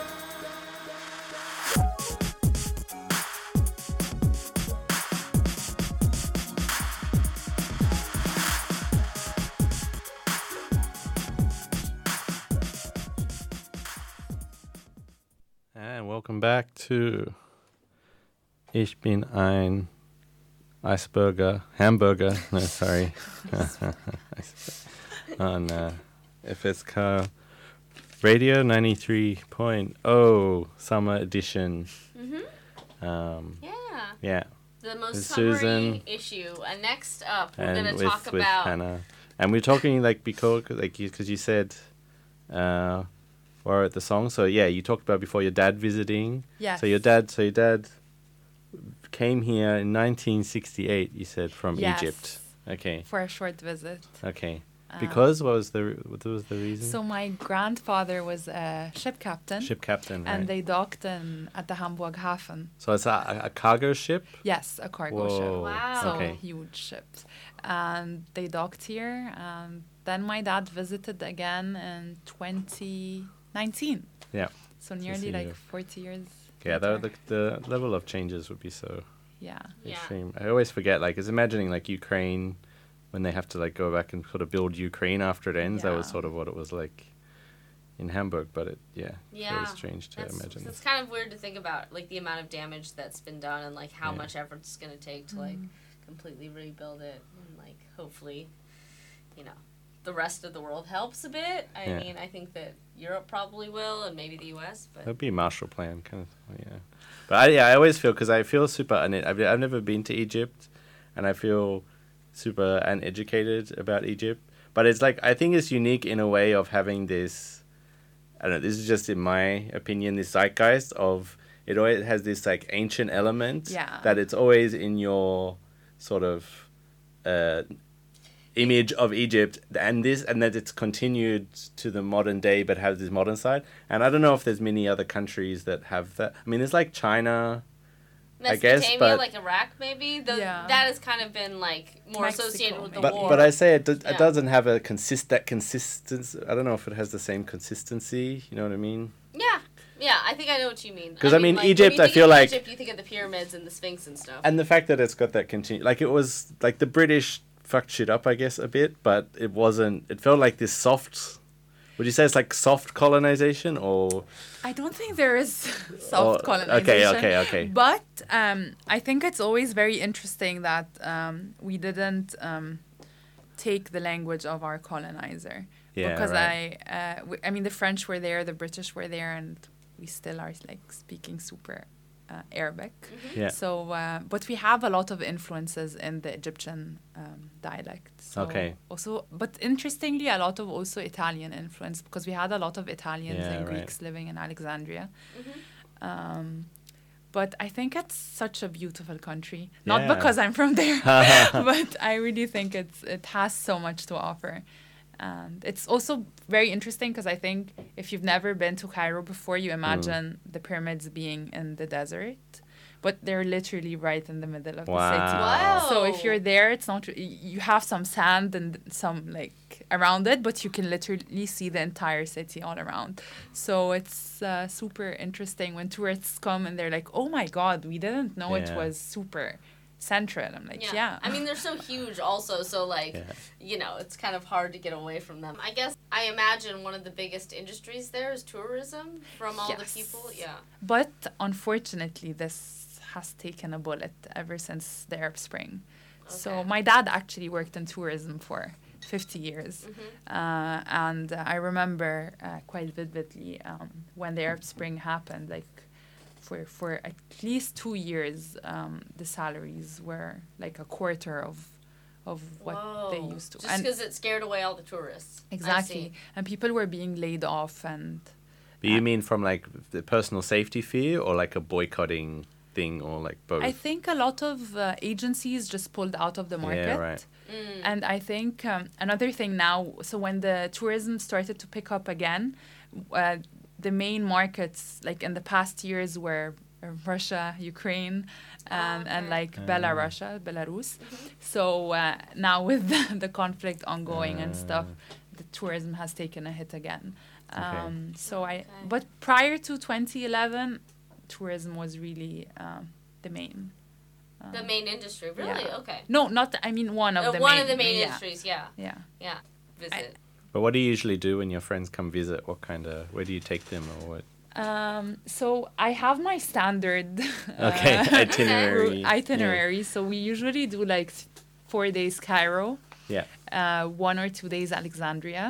A: And welcome back to Ich bin ein Eisburger, Hamburger. No, sorry. On uh, FSK Radio 93.0 oh, Summer Edition. Um,
B: Yeah.
A: yeah,
B: The most
A: With
B: summary
A: Susan.
B: issue. And next up, we're
A: and
B: going to
A: with,
B: talk
A: with
B: about.
A: Hannah. And we're talking like because like you, cause you said uh, or at the song. So yeah, you talked about before your dad visiting.
C: Yes.
A: So your dad, so your dad came here in 1968. You said from
C: Yes.
A: Egypt. Okay.
C: for a short visit.
A: Okay. because what was the re- what was the reason?
C: So my grandfather was a ship captain,
A: ship captain.
C: and
A: right.
C: they docked in at the Hamburg Hafen.
A: so it's a, a cargo ship.
C: Yes, a cargo
A: Whoa.
C: ship.
B: Wow.
C: So
A: Okay.
C: huge ships. And they docked here. And then my dad visited again in 2019.
A: Yeah.
C: So
A: see
C: nearly
A: you.
C: like 40 years.
A: Yeah. That, the,
C: later.
A: the level of changes would be so
C: Yeah.
B: Yeah.
A: extreme. I always forget. Like, it's imagining like Ukraine when they have to like go back and sort of build Ukraine after it ends. That was
C: Yeah.
A: sort of what it was like in Hamburg. But it yeah. It's
B: Yeah,
A: very strange to
B: That's,
A: imagine.
B: it's kind of weird to think about, like the amount of damage that's been done, and like how
A: Yeah.
B: much effort it's going to take to like
C: Mm-hmm.
B: completely rebuild it, and like hopefully, you know, the rest of the world helps a bit. I
A: Yeah.
B: mean, I think that Europe probably will, and maybe the U.S. But
A: That'd be a Marshall Plan kind of, oh, yeah. But I, yeah, I always feel because I feel super. Un- I've I've never been to Egypt, and I feel super uneducated about Egypt. But it's like I think it's unique in a way of having this. I don't know. This is just in my opinion. This zeitgeist of it always has this like ancient element.
C: Yeah.
A: That it's always in your sort of. Uh, image of Egypt and this and that it's continued to the modern day but has this modern side. And I don't know if there's many other countries that have that. I mean, there's like China. I guess,
B: Mesopotamia,
A: but-
B: like Iraq, maybe tho-
C: Yeah.
B: that has kind of been like more
C: Mexico,
B: associated with the
C: maybe.
A: But
B: war.
A: but I say it, do,
B: Yeah.
A: it doesn't have a consist that consistency. I don't know if it has the same consistency. You know what I mean?
B: yeah, yeah, I think I know what you mean.
A: 'Cause I mean,
B: like, when
A: Egypt,
B: you
A: I
B: think
A: feel
B: of
A: like-
B: Egypt, you think of the pyramids and the Sphinx and stuff.
A: And the fact that it's got that continue, like it was like the British fucked shit up, I guess, a bit, but it wasn't. It felt like this soft. Would you say it's like soft colonization or
C: I don't think there is soft
A: Oh, okay,
C: colonization.
A: okay, okay.
C: But um, I think it's always very interesting that um, we didn't um, take the language of our colonizer.
A: Yeah,
C: because
A: right.
C: I, uh, w- I mean, the French were there, the British were there, and we still are like speaking super uh, Arabic.
A: yeah?
C: So, uh, but we have a lot of influences in the Egyptian um, dialect. So
A: Okay.
C: Also, but interestingly, a lot of also Italian influence because we had a lot of Italians
A: Yeah,
C: and
A: right.
C: Greeks living in Alexandria. Um, but I think it's such a beautiful country. Not
A: Yeah.
C: because I'm from there, but I really think it's it has so much to offer. And it's also very interesting because I think if you've never been to Cairo before, you imagine
A: Mm.
C: the pyramids being in the desert, but they're literally right in the middle of the
A: Wow.
C: city. So
B: Wow.
C: if you're there, it's not y- you have some sand and some like around it, but you can literally see the entire city all around. So it's uh, super interesting when tourists come and they're like, "Oh my god, we didn't know it
A: Yeah.
C: was super central." I'm like, "Yeah."
B: I mean, they're so huge, also. So, like,
A: Yeah.
B: you know, it's kind of hard to get away from them. I guess I imagine one of the biggest industries there is tourism from all
C: Yes.
B: the people. Yeah.
C: But unfortunately, this has taken a bullet ever since the Arab Spring. So
B: Okay.
C: my dad actually worked in tourism for 50 years.
B: Mm-hmm.
C: Uh, and uh, I remember uh, quite vividly um, when the Arab Spring happened, like for, for at least two years, um, the salaries were like a quarter of, of what they
B: Whoa.
C: used to.
B: Just because it scared away all the tourists. I
C: exactly.
B: see.
C: And people were being laid off and
A: But you mean from like the personal safety fear or like a boycotting thing or like both?
C: I think a lot of uh, agencies just pulled out of the market.
A: right.
C: And I think um, another thing now, so when the tourism started to pick up again, uh, the main markets, like in the past years, were Russia, Ukraine, um, and
B: Okay.
C: like
A: Ah.
C: Belarus, uh, Belarus. So uh, now with the, the conflict ongoing and
A: Ah.
C: stuff, the tourism has taken a hit again.
A: Okay.
C: Um, so I,
B: Okay.
C: but prior to 2011, tourism was really um, the main.
B: The
C: um,
B: main industry, really?
C: yeah.
B: Okay.
C: No, not the, I mean one of
B: Uh,
C: the
B: one
C: main.
B: of the main
C: yeah,
B: industries, yeah,
C: Yeah.
B: yeah. Visit.
A: But what do you usually do when your friends come visit? What kind of where do you take them or what?
C: Um, so I have my standard
A: Okay,
C: uh,
A: itinerary.
C: route-
A: Yeah.
C: itinerary. So we usually do like s- four days Cairo,
A: Yeah.
C: uh, one or two days Alexandria,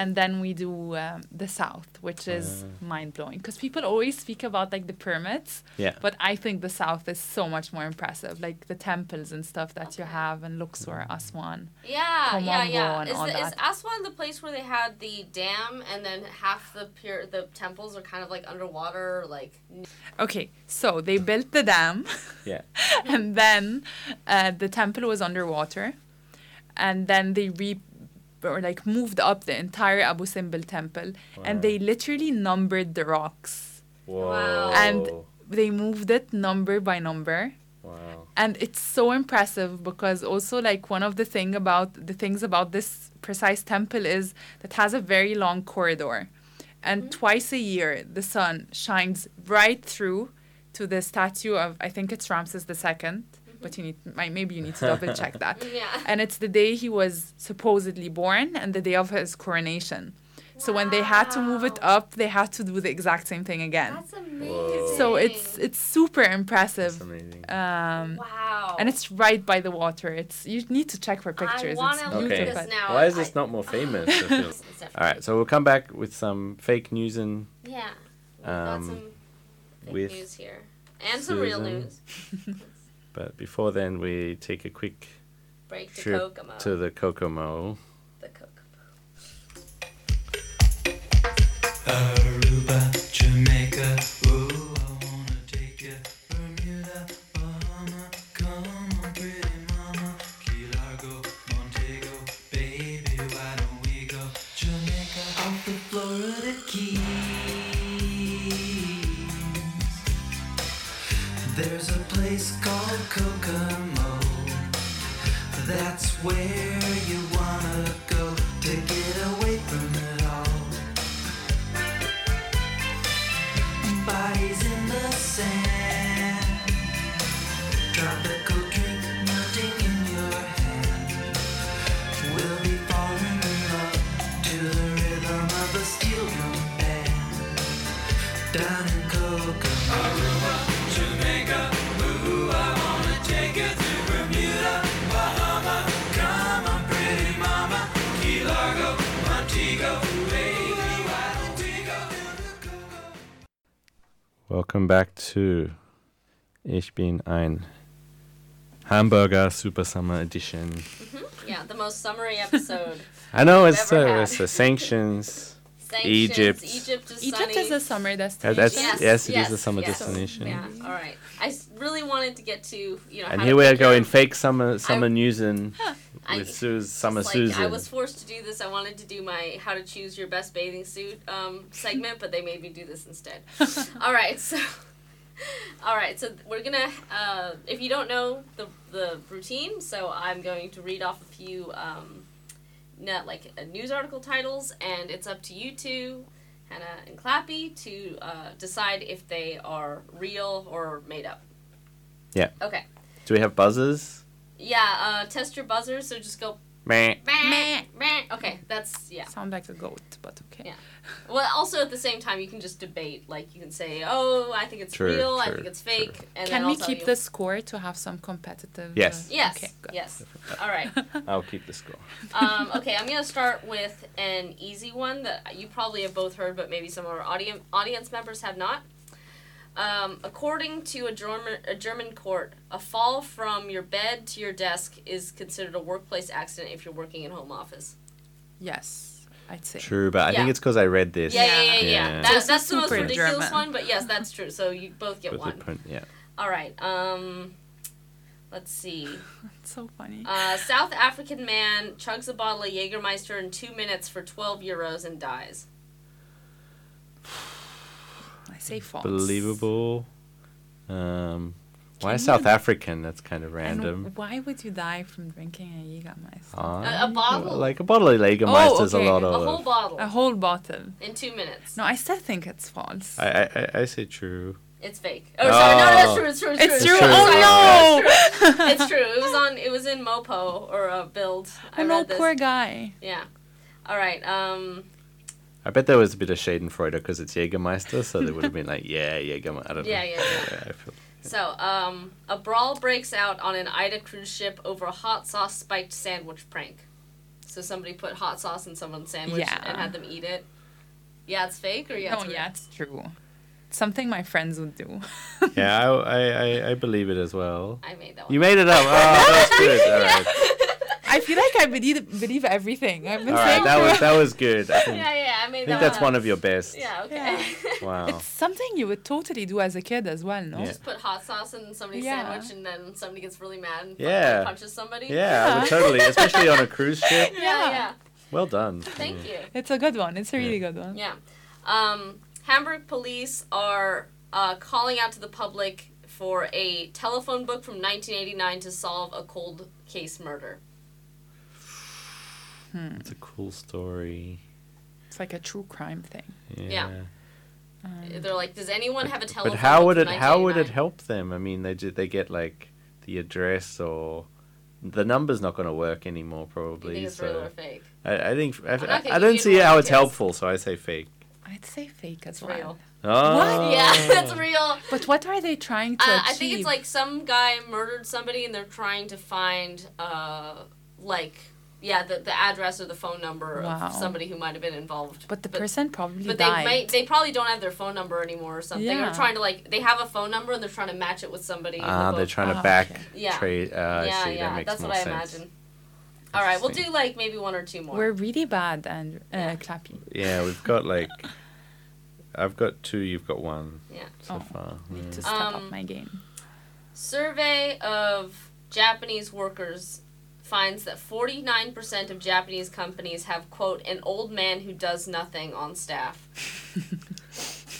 C: and then we do um, the south, which is
A: Ah.
C: mind blowing because people always speak about like the pyramids,
A: Yeah.
C: but I think the south is so much more impressive, like the temples and stuff that you have in Luxor, Aswan.
B: Yeah,
C: Come
B: yeah,
C: on,
B: yeah.
C: Juan,
B: Is,
C: on
B: the, is
C: that.
B: Aswan the place where they had the dam and then half the pier, the temples are kind of like underwater, like
C: Okay, so they built the dam.
A: Yeah.
C: and then uh, the temple was underwater, and then they re or like moved up the entire Abu Simbel temple, and they literally numbered the rocks.
A: Whoa.
B: Wow.
C: And- They moved it number by number,
A: wow.
C: and it's so impressive because also like one of the thing about the things about this precise temple is that has a very long corridor, and
B: Mm-hmm.
C: twice a year the sun shines right through to the statue of I think it's Ramses II, but you need mi- maybe you need to double check that
B: Mm-hmm. yeah.
C: and it's the day he was supposedly born and the day of his coronation. So when they had to move it
B: Wow.
C: up, they had to do the exact same thing again.
B: That's amazing.
C: so it's it's super
A: That's
C: impressive.
A: amazing.
C: Um,
B: wow.
C: and it's right by the water. It's you need to check for pictures.
B: I
C: It's
B: wanna look
A: Okay.
B: at
C: beautiful.
B: this now.
A: Why is
B: I-
A: this not more famous? I feel?
B: It's definitely-
A: All right, so we'll come back with some fake news and
B: Yeah. We've got
A: Um,
B: some fake
A: with
B: news here and some real
A: Susan.
B: news.
A: but before then we take a quick
B: Break the
A: trip
B: Kokomo.
A: to the Kokomo.
B: the Kokomo.
E: Aruba, Jamaica, ooh, I wanna take ya. Bermuda, Bahama, come on, pretty mama. Key Largo, Montego, baby, why don't we go? Jamaica, off the Florida Keys. There's a place called Kokomo. That's where you wanna go to get away from it all. Bodies in the sand. Tropical drink melting in your hand. We'll be falling in love to the rhythm of a steel drum band. Down in Kokomo. Aruba, Jamaica. Ooh, I wanna take you to Bermuda, Bahama. Come on, pretty mama. Key Largo, Montego. Baby, why don't we go to the Kokomo?
A: Welcome back to Ich bin ein Hamburger Super Summer Edition.
B: Yeah, the most summary episode.
A: I know it's
B: Never
A: uh,
B: had.
A: it's the sanctions.
B: Sanctions,
A: Egypt.
B: Egypt is
C: Egypt
B: sunny.
C: is a summer
A: Yeah,
C: destination.
A: that's yes, it is a summer destination.
B: Yeah, all right. I s- really wanted to get to you know.
A: And
B: how
A: here
B: to
A: we are
B: pick your-
A: going fake summer summer news and
B: I-
A: with Sue's summer
B: It's like,
A: Susan.
B: I was forced to do this. I wanted to do my how to choose your best bathing suit um, segment, but they made me do this instead. all right, so all right, so we're gonna. Uh, if you don't know the the routine, so I'm going to read off a few um, not like uh, news article titles, and it's up to you two, Hannah and Clappy, to uh, decide if they are real or made up.
A: Yeah.
B: Okay.
A: Do we have buzzers?
B: Yeah. Uh, test your buzzer. So just go.
A: Meh.
B: Meh. Meh. Okay, that's yeah.
C: Sound like a goat, but okay.
B: Yeah. Well, also at the same time, you can just debate. Like you can say, "Oh, I think it's
A: True,
B: real. I
A: true,
B: think it's fake." And then
C: Can
B: I'll
C: we
B: tell
C: keep
B: you.
C: the score to have some competitive? uh,
A: Yes.
B: Yes.
C: Okay. Good.
B: Yes. All right.
A: I'll keep the score.
B: Um, okay, I'm gonna start with an easy one that you probably have both heard, but maybe some of our audience audience members have not. Um, according to a German a German court, a fall from your bed to your desk is considered a workplace accident if you're working in home office.
C: Yes, I'd say.
A: True, but I think
B: Yeah.
A: it's because I read this.
B: Yeah, yeah, yeah, yeah.
A: Yeah.
B: That,
C: Just
B: that's the most
C: super
B: ridiculous
C: German.
B: one, but yes, that's true. So you both get
A: With
B: one.
A: the print, yeah.
B: All right. Um, let's see.
C: It's so funny.
B: Uh, South African man chugs a bottle of Jägermeister in two minutes for 12 euros and dies.
C: I say false.
A: Believable. Um, why
C: Can
A: South
C: you-
A: African? That's kind of
C: And
A: random.
C: why would you die from drinking a Jägermeister?
A: Ah,
B: a bottle.
A: Like a bottle of Jägermeister is
C: okay,
A: a lot
C: a
B: A
A: of.
B: whole bottle
C: a whole bottle.
B: in two minutes.
C: No, I still think it's false.
A: I, I, I- I say true.
B: It's fake. Oh, sorry. No, no,
A: Oh.
B: that's true. It's true. It's,
C: it's
A: true.
C: true.
A: true.
C: Oh no!
B: It's true. It was on. It was in Mopo or a build. I
C: Oh
B: read
C: no,
B: this.
C: poor guy.
B: Yeah. All right. Um.
A: I bet there was a bit of Schadenfreude because it's Jägermeister, so they would have been like, yeah, Jägermeister. I don't
B: Yeah,
A: know.
B: yeah, yeah.
A: I feel-
B: So, um, a brawl breaks out on an Ida cruise ship over a hot sauce spiked sandwich prank. So somebody put hot sauce in someone's sandwich
C: Yeah.
B: and had them eat it. Yeah, it's fake or yeah?
C: no,
B: it's real?
C: yeah, it's true. Something my friends would do.
A: yeah I, I, I, I believe it as well.
B: I made that one.
A: You made it up. Oh, that's good. All right.
C: I feel like I believe, believe everything. I've been
A: All right.
C: saying
A: That was, that was good. I think,
B: yeah, yeah, I made
A: I think
B: that
A: that's
B: one.
A: one of your best.
B: Yeah. Okay.
A: Wow.
C: It's something you would totally do as a kid as well, no?
A: Yeah.
B: Just put hot sauce in somebody's
C: Yeah.
B: sandwich and then somebody gets really mad and fucking
A: Yeah.
B: punches somebody.
A: Yeah, I would totally, especially on a cruise ship.
B: Yeah. Yeah.
C: Yeah.
A: Well done.
B: Thank you.
C: It's a good one. It's a really good one.
B: Yeah. Um, Hamburg police are uh, calling out to the public for a telephone book from 1989 to solve a cold case murder.
A: It's a cool story.
C: It's like a true crime thing.
A: Yeah.
C: Mm.
B: They're like, does anyone have a telephone?
A: But how
B: book
A: would
B: from
A: it how would it
B: 1989?"
A: help them? I mean, they ju- they get like the address or the number's not going to work anymore
B: You think
A: probably.
B: it's real or
A: So
B: fake?
A: I, I think I,
B: not
A: I,
B: gonna
A: I
B: give
A: don't
B: you
A: see
B: one
A: how it's
B: because-
A: helpful, so I say fake.
C: I'd say fake as
B: It's
C: well.
B: real.
A: Oh.
B: Yeah, that's real.
C: But what are they trying to
B: Uh,
C: achieve?
B: I think it's like some guy murdered somebody and they're trying to find, uh, like, yeah, the, the address or the phone number
C: Wow.
B: of somebody who might have been involved.
C: But the person probably
B: But they
C: died.
B: might, they probably don't have their phone number anymore or something. They're
C: Yeah.
B: trying to like they have a phone number and they're trying to match it with somebody. in the
A: Ah, they're
B: book.
A: trying to
C: Ah,
A: back
C: okay.
B: Yeah.
A: trade. Uh, I
B: yeah,
A: see.
B: yeah,
A: that makes
B: that's
A: more
B: what I
A: sense.
B: imagine. All right, we'll do
A: Interesting.
B: like maybe one or two more.
C: We're really bad and uh, clappy.
A: Yeah, we've got like, I've got two. You've got one
B: yeah.
A: so
C: Oh.
A: far.
C: Need
A: Yeah.
C: to step
B: Um,
C: up my game.
B: Survey of Japanese workers finds that 49% of Japanese companies have quote an old man who does nothing on staff.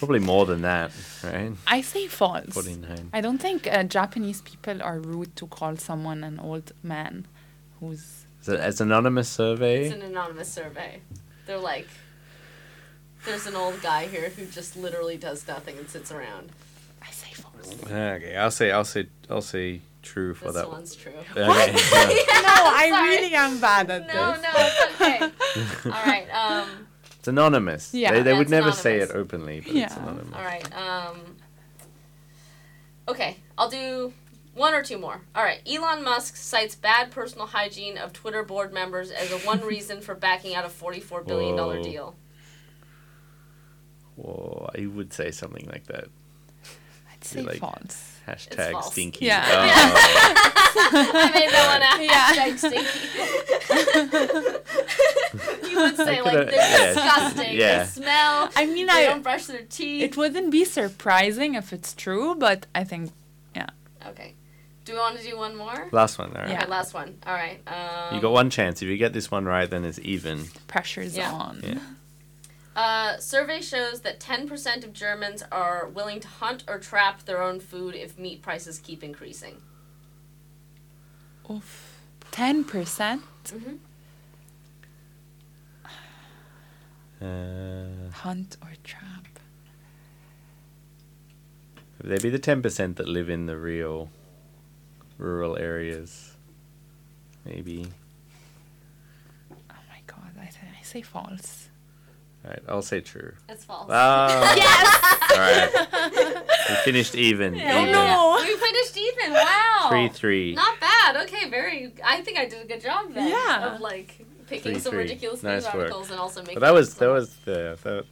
A: Probably more than that, right?
C: I say false.
A: Forty nine.
C: I don't think uh, Japanese people are rude to call someone an old man who's.
A: So it's an anonymous survey.
B: It's an anonymous survey. They're like there's an old guy here who just literally does nothing and sits around.
C: I say false.
A: Okay, I'll say I'll say I'll say true for
B: This
A: that. one.
B: one's true.
A: Okay. yeah.
C: No, I
B: Sorry.
C: really am bad at
B: No,
C: this.
B: no, it's okay. all right, um,
A: It's anonymous.
C: Yeah.
A: they, they
B: Yeah,
A: would
B: it's
A: never say it
B: anonymous.
A: openly, but it's
C: Yeah.
A: anonymous.
B: all right, um. Okay, I'll do one or two more. All right, Elon Musk cites bad personal hygiene of Twitter board members as a one reason for backing out a forty-four billion dollar
A: Whoa.
B: deal.
A: Whoa, I would say something like that.
C: I'd say
A: like-
C: false.
A: Hashtag
B: false.
A: stinky.
C: Yeah.
A: Oh.
B: I made that one out.
C: Yeah.
B: Hashtag stinky. you would say
A: I
B: like
A: could've-
B: they're
A: yeah,
B: disgusting.
A: yeah.
B: They smell.
C: I mean,
B: they
C: I-
B: don't brush their teeth.
C: It wouldn't be surprising if it's true, but I think
B: okay, do we want to do one more?
A: Last one, all right.
C: Yeah.
B: Okay, last one. All right. Um,
A: You got one chance. If you get this one right, then it's even.
C: pressure's
B: Yeah.
C: on.
A: Yeah.
B: Uh, survey shows that 10% of Germans are willing to hunt or trap their own food if meat prices keep increasing.
C: Oof. 10%
A: Uh,
C: hunt or trap.
A: they be the ten percent that live in the real rural areas. Maybe.
C: Oh my god, I, th- I say false.
A: All right, I'll say true.
B: That's false.
A: Ah. yes. All right. We finished even.
B: Yeah. Oh,
A: even.
C: no.
B: We finished Ethan. Wow.
A: Three three.
B: Not bad. Okay, very. I think I did a good job then.
C: Yeah.
B: Of like picking
A: Three,
B: some
A: three.
B: ridiculous
A: Nice
B: news
A: work.
B: articles and also making.
A: But that was
B: some-
A: that was the the, the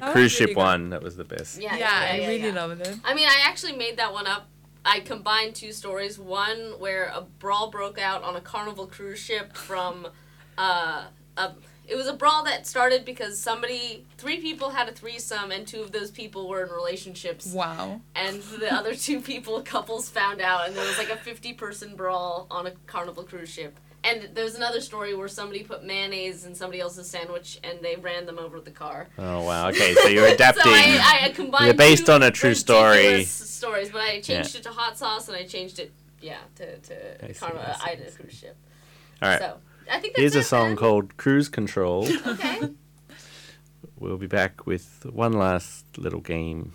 C: That was
A: cruise ship
C: really good.
A: one. That was the best.
B: Yeah,
C: I really
B: yeah.
C: loved it.
B: I mean, I actually made that one up. I combined two stories. One where a brawl broke out on a carnival cruise ship from uh, a. It was a brawl that started because somebody, three people had a threesome, and two of those people were in relationships.
C: Wow.
B: And the other two people, couples, found out, and there was like a 50 person brawl on a carnival cruise ship. And there was another story where somebody put mayonnaise in somebody else's sandwich and they ran them over with the car.
A: Oh wow. Okay, so you're adapting.
B: So I, I combined
A: They're based
B: two
A: on a true story.
B: ridiculous stories, but I changed
A: Yeah.
B: it to hot sauce and I changed it, yeah, to
A: I
B: to
A: see,
B: Karma
A: I see,
B: Ida cruise ship.
A: All right.
B: So I think that's
A: Here's
B: it,
A: a song
B: man.
A: called Cruise Control.
B: Okay.
A: We'll be back with one last little game.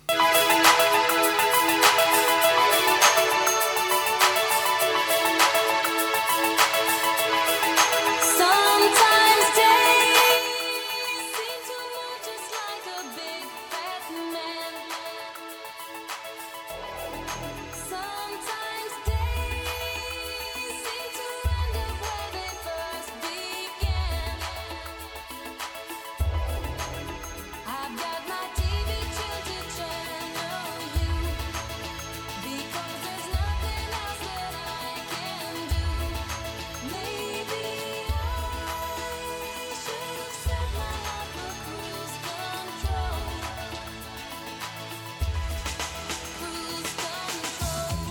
F: Sometimes days seem to move just like a big fat man. Sometimes days seem to end up where they first began. I've got my TV tuned to channel you because there's nothing else that I can do. Maybe I should have set my heart for cruise control. Cruise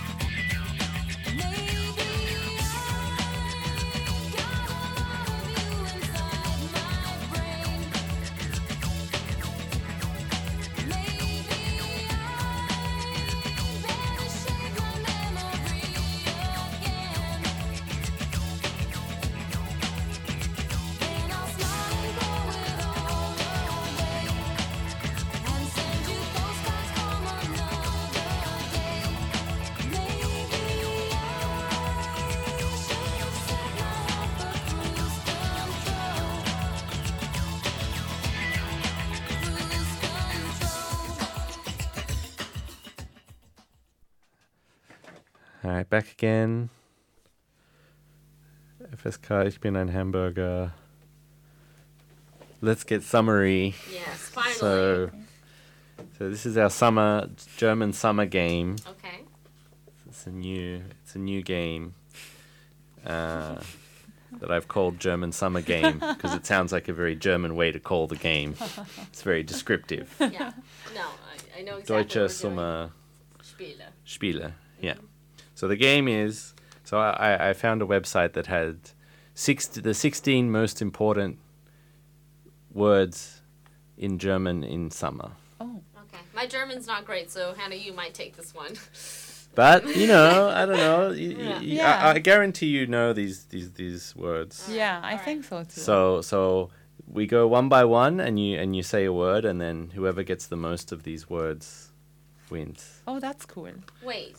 F: control. Maybe I got a lot of you inside my brain. Maybe I better shake my memory again. Then I'll smile and blow it all away, and send you postcards from another day. Maybe I should have set my heart for cruise control. Cruise control.
A: All right, back again. FSK, ich bin ein Hamburger. Let's get summary.
B: yes. Finally.
A: So, so this is our summer German summer game.
B: okay.
A: It's a new it's a new game uh, that I've called German summer game because it sounds like a very German way to call the game. It's very descriptive.
B: Yeah. No, I, I know exactly. what we're
A: Deutsche Summer.
B: doing. Spiele.
A: Spiele. Yeah. So the game is. So I, I- I found a website that had six, the 16 most important words in German in summer.
B: Okay. My German's not great, so Hannah, you might take this one.
A: But you know, I don't know. You, you-
B: Yeah.
A: you-
C: Yeah.
A: I, I guarantee you know these these these words.
C: Yeah, I
B: Alright.
C: think so too.
A: So so we go one by one, and you and you say a word, and then whoever gets the most of these words wins.
C: oh, that's cool.
B: Wait.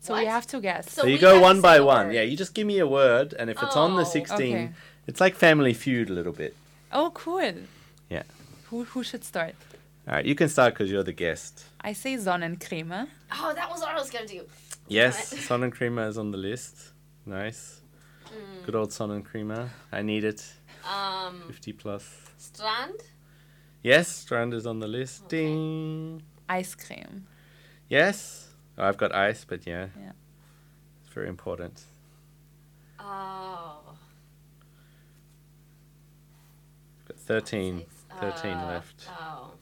C: So
B: What?
C: we have to guess.
B: So-
A: So you
B: we have
A: go
B: to
A: one
B: say
A: by
B: a
A: one.
B: word.
A: Yeah, you just give me a word, and if it's on the
B: Oh,
A: 16,
C: okay.
A: it's like Family Feud a little bit.
C: oh, cool.
A: Yeah.
C: Who who should start?
A: All right, you can start because you're the guest.
C: I say Sonnencreme.
B: Oh, that was what I was gonna do.
A: Yes,
B: Alright.
A: Sonnencrema is on the list. Nice.
B: Mm.
A: Good old Sonnencrema. I need it.
B: Um,
A: 50 plus.
B: Strand.
A: Yes, Strand is on the list. Ding.
C: Ice cream.
A: Yes. Oh, I've got ice, but yeah.
C: Yeah.
A: It's very important.
B: Oh.
A: I've got 13.
B: six,
A: 13
B: uh,
A: left.
B: Oh. Um,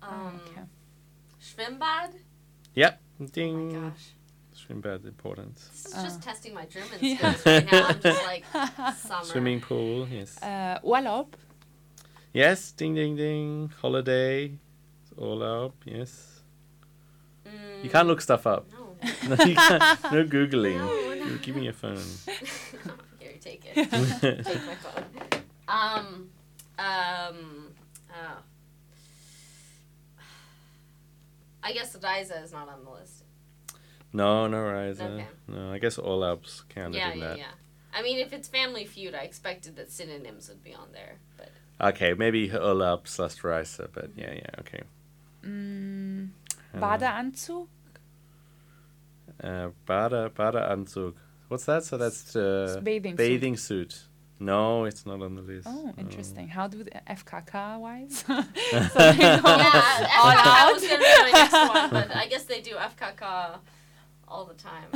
C: Oh, okay.
B: Schwimmbad.
A: Yep.
B: Oh
A: Ding.
B: my gosh.
A: Schwimmbad important.
B: This is just
C: Mm. Uh.
B: testing my German skills
C: Yeah.
B: right now. I'm just like summer.
A: Swimming pool, yes.
C: Uh, Urlaub.
A: yes, ding ding ding. Holiday. It's all up, yes.
B: Mm,
A: You can't look stuff up.
B: No.
A: no, you can't. no googling.
B: No, no.
A: Give me your phone.
B: Here, take it. take my phone. Um. Um. Uh, I guess Eliza is not on the list.
A: no, no Riza.
B: Okay.
A: No, I guess all apps counted
B: yeah,
A: in
B: yeah,
A: that.
B: yeah. I mean, if it's Family Feud, I expected that synonyms would be on there, but
A: Okay, maybe all apps slash Riza, but yeah, yeah, okay.
C: Mm,
A: Uh,
C: Badeanzug.
A: Uh, Bade, Badeanzug. What's that? So that's the
C: It's bathing suit.
A: bathing Mm. suit. No, it's not on the list.
C: Oh,
A: No.
C: interesting. How do the FKK wise? So they know.
B: Oh, yeah, FKK
C: All
B: was
C: out.
B: gonna be my next one, but I guess they do FKK all the time.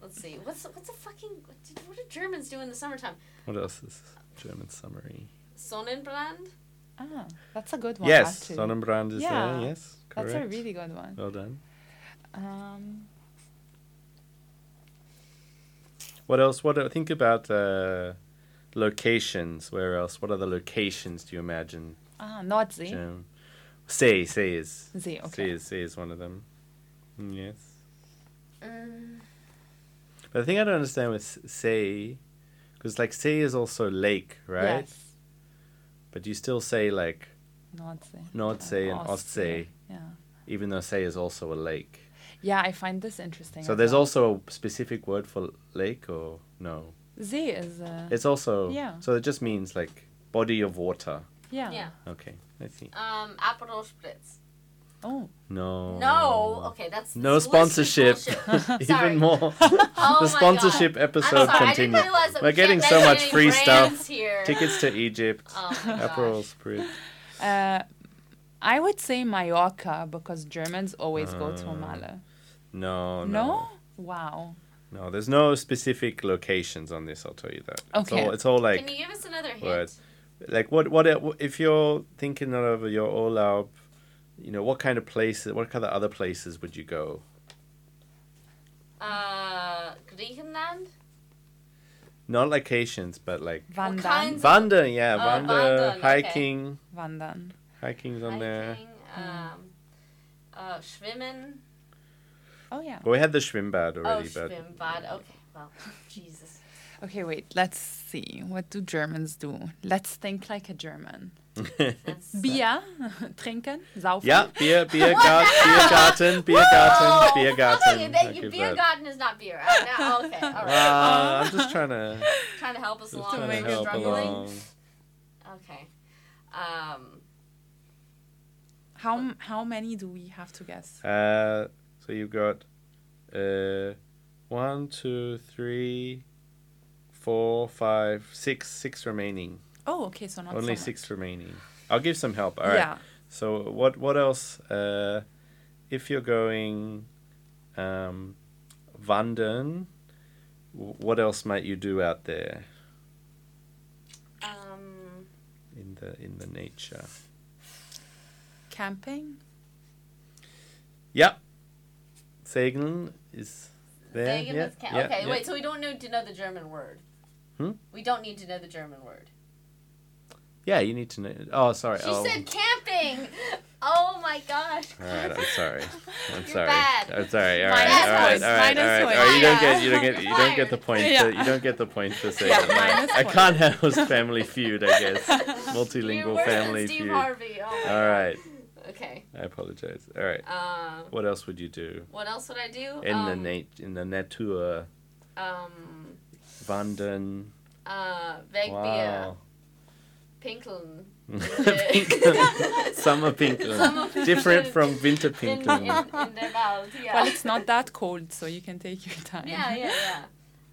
B: Let's see, what's what's a fucking what, did, what do Germans do in the summertime?
A: What else is German summary?
B: Sonnenbrand.
C: Ah, that's a good one.
A: Yes,
C: actually.
A: Sonnenbrand is
C: Yeah.
A: there. Yes, correct.
C: That's a really good one.
A: well done.
C: Um,
A: What else? What think about uh, Locations. Where else? What other locations do you imagine,
C: Ah, Nazi.
A: Jim? Say, say is.
C: Z,
A: Say
C: okay.
A: is, say is one of them. Mm, Yes.
C: Um,
A: But the thing I don't understand with s- say, because like say is also lake, right?
C: Yes.
A: But you still say like
C: Nazi.
A: Nordsee and
C: Ostsee.
A: Ostsee,
C: Uh, Yeah.
A: even though say is also a lake.
C: Yeah, I find this interesting.
A: So
C: as
A: there's
C: well.
A: also a specific word for lake or no?
C: Z is uh,
A: It's also
C: Yeah.
A: So it just means like body of water.
C: yeah.
B: Yeah.
A: Okay, I see.
B: Um, Aperol Spritz.
C: Oh,
A: No.
B: No. Okay, that's
A: Oh. No
B: it's listed
A: sponsorship.
B: bullshit. Sorry.
A: Even more.
B: Oh
A: the
B: my
A: sponsorship
B: God.
A: episode
B: I'm sorry, I
A: continues.
B: didn't realize that Oh
A: We're
B: we
A: getting
B: can't
A: so
B: mention
A: much
B: any
A: free stuff.
B: brands Here.
A: Tickets to Egypt.
B: Oh my gosh.
A: Aperol Spritz.
C: uh, I would say Mallorca because Germans always go to
A: Uh, oh,
C: Mala.
A: No,
C: no?
A: no.
C: Wow.
A: No. there's no specific locations on this, I'll tell you that. It's
C: Okay.
A: all it's all like
B: Can you give us another hint?
A: words. Like what what uh, if you're thinking of your all out, you know, what kind of places what kind of other places would you go?
B: Uh, Griechenland.
A: Not locations, but like
C: Van
B: kinds
C: Dan.
A: Wander, yeah,
B: Oh,
A: Wander,
B: wandern, okay.
A: hiking,
C: Van Dan.
A: hiking's on there. Hmm.
B: Hiking, Um, uh, schwimmen.
C: Oh, yeah.
A: Well, we had the Schwimmbad
B: Oh,
A: already, but
B: schwimmbad. Okay. Well, Jesus.
C: Okay, wait. Let's see. What do Germans do? Let's think like a German.
B: That's
C: Bier, trinken, saufen.
A: yeah, beer, beer, gar- beer garden, beer
B: Oh,
A: garden, beer
B: Okay,
A: garden. I'll
B: that,
A: give
B: beer
A: that.
B: garden is not beer. Right? No, Oh, okay, all right.
A: Ah, I'm just trying to,
B: trying to help us
A: just
B: along.
A: trying
B: when
A: to
B: we're
A: help
B: struggling.
A: along.
B: Okay. Um,
C: How, m- how many do we have to guess?
A: Uh, so you've got uh, one, two, three, four, five, six, six remaining.
C: Oh, okay. So not so
A: Only
C: much.
A: six remaining. I'll give some help. All right.
C: Yeah.
A: So what what else? Uh, if you're going um, wandern, w- what else might you do out there
B: um,
A: in the in the nature?
C: Camping?
A: Yeah, Segeln is there.
B: Vegan
A: yeah,
B: is ca-
A: yeah,
B: okay,
A: yeah.
B: wait, so we don't need to know the German word.
A: Hmm?
B: We don't need to know the German word.
A: Yeah, you need to know. Oh, sorry.
B: She
A: oh.
B: said camping! Oh my gosh.
A: All right, I'm sorry. I'm
B: You're
A: sorry.
B: bad.
A: I'm sorry. All right,
C: Minus
A: all right,
C: points,
A: all right, all
C: minus
A: right.
C: points.
A: All right, you don't
B: Yeah.
A: get, you don't get, you don't get the point.
C: Yeah.
A: For, you don't get the point for saying.
C: Yeah,
A: that.
C: minus
A: I
C: points.
A: can't host Family Feud. I guess
B: You're
A: multilingual
B: worse
A: Family
B: than Steve
A: Feud.
B: Harvey. Oh my
A: All right,
B: God. Okay.
A: I apologize. All right,
B: Um,
A: what else would you do
B: what else would I do?
A: in the
B: um,
A: nat- in the natur
B: Um,
A: wandern?
B: uh, Vegbier.
A: Wow.
B: Pinkeln.
A: Pinkeln. Summer
B: uh, Summer
A: Pinkeln. Different from winter
B: In, in, in
A: Pinkeln.
B: der Wald, yeah.
C: Well, it's not that cold, so you can take your time.
B: yeah, yeah,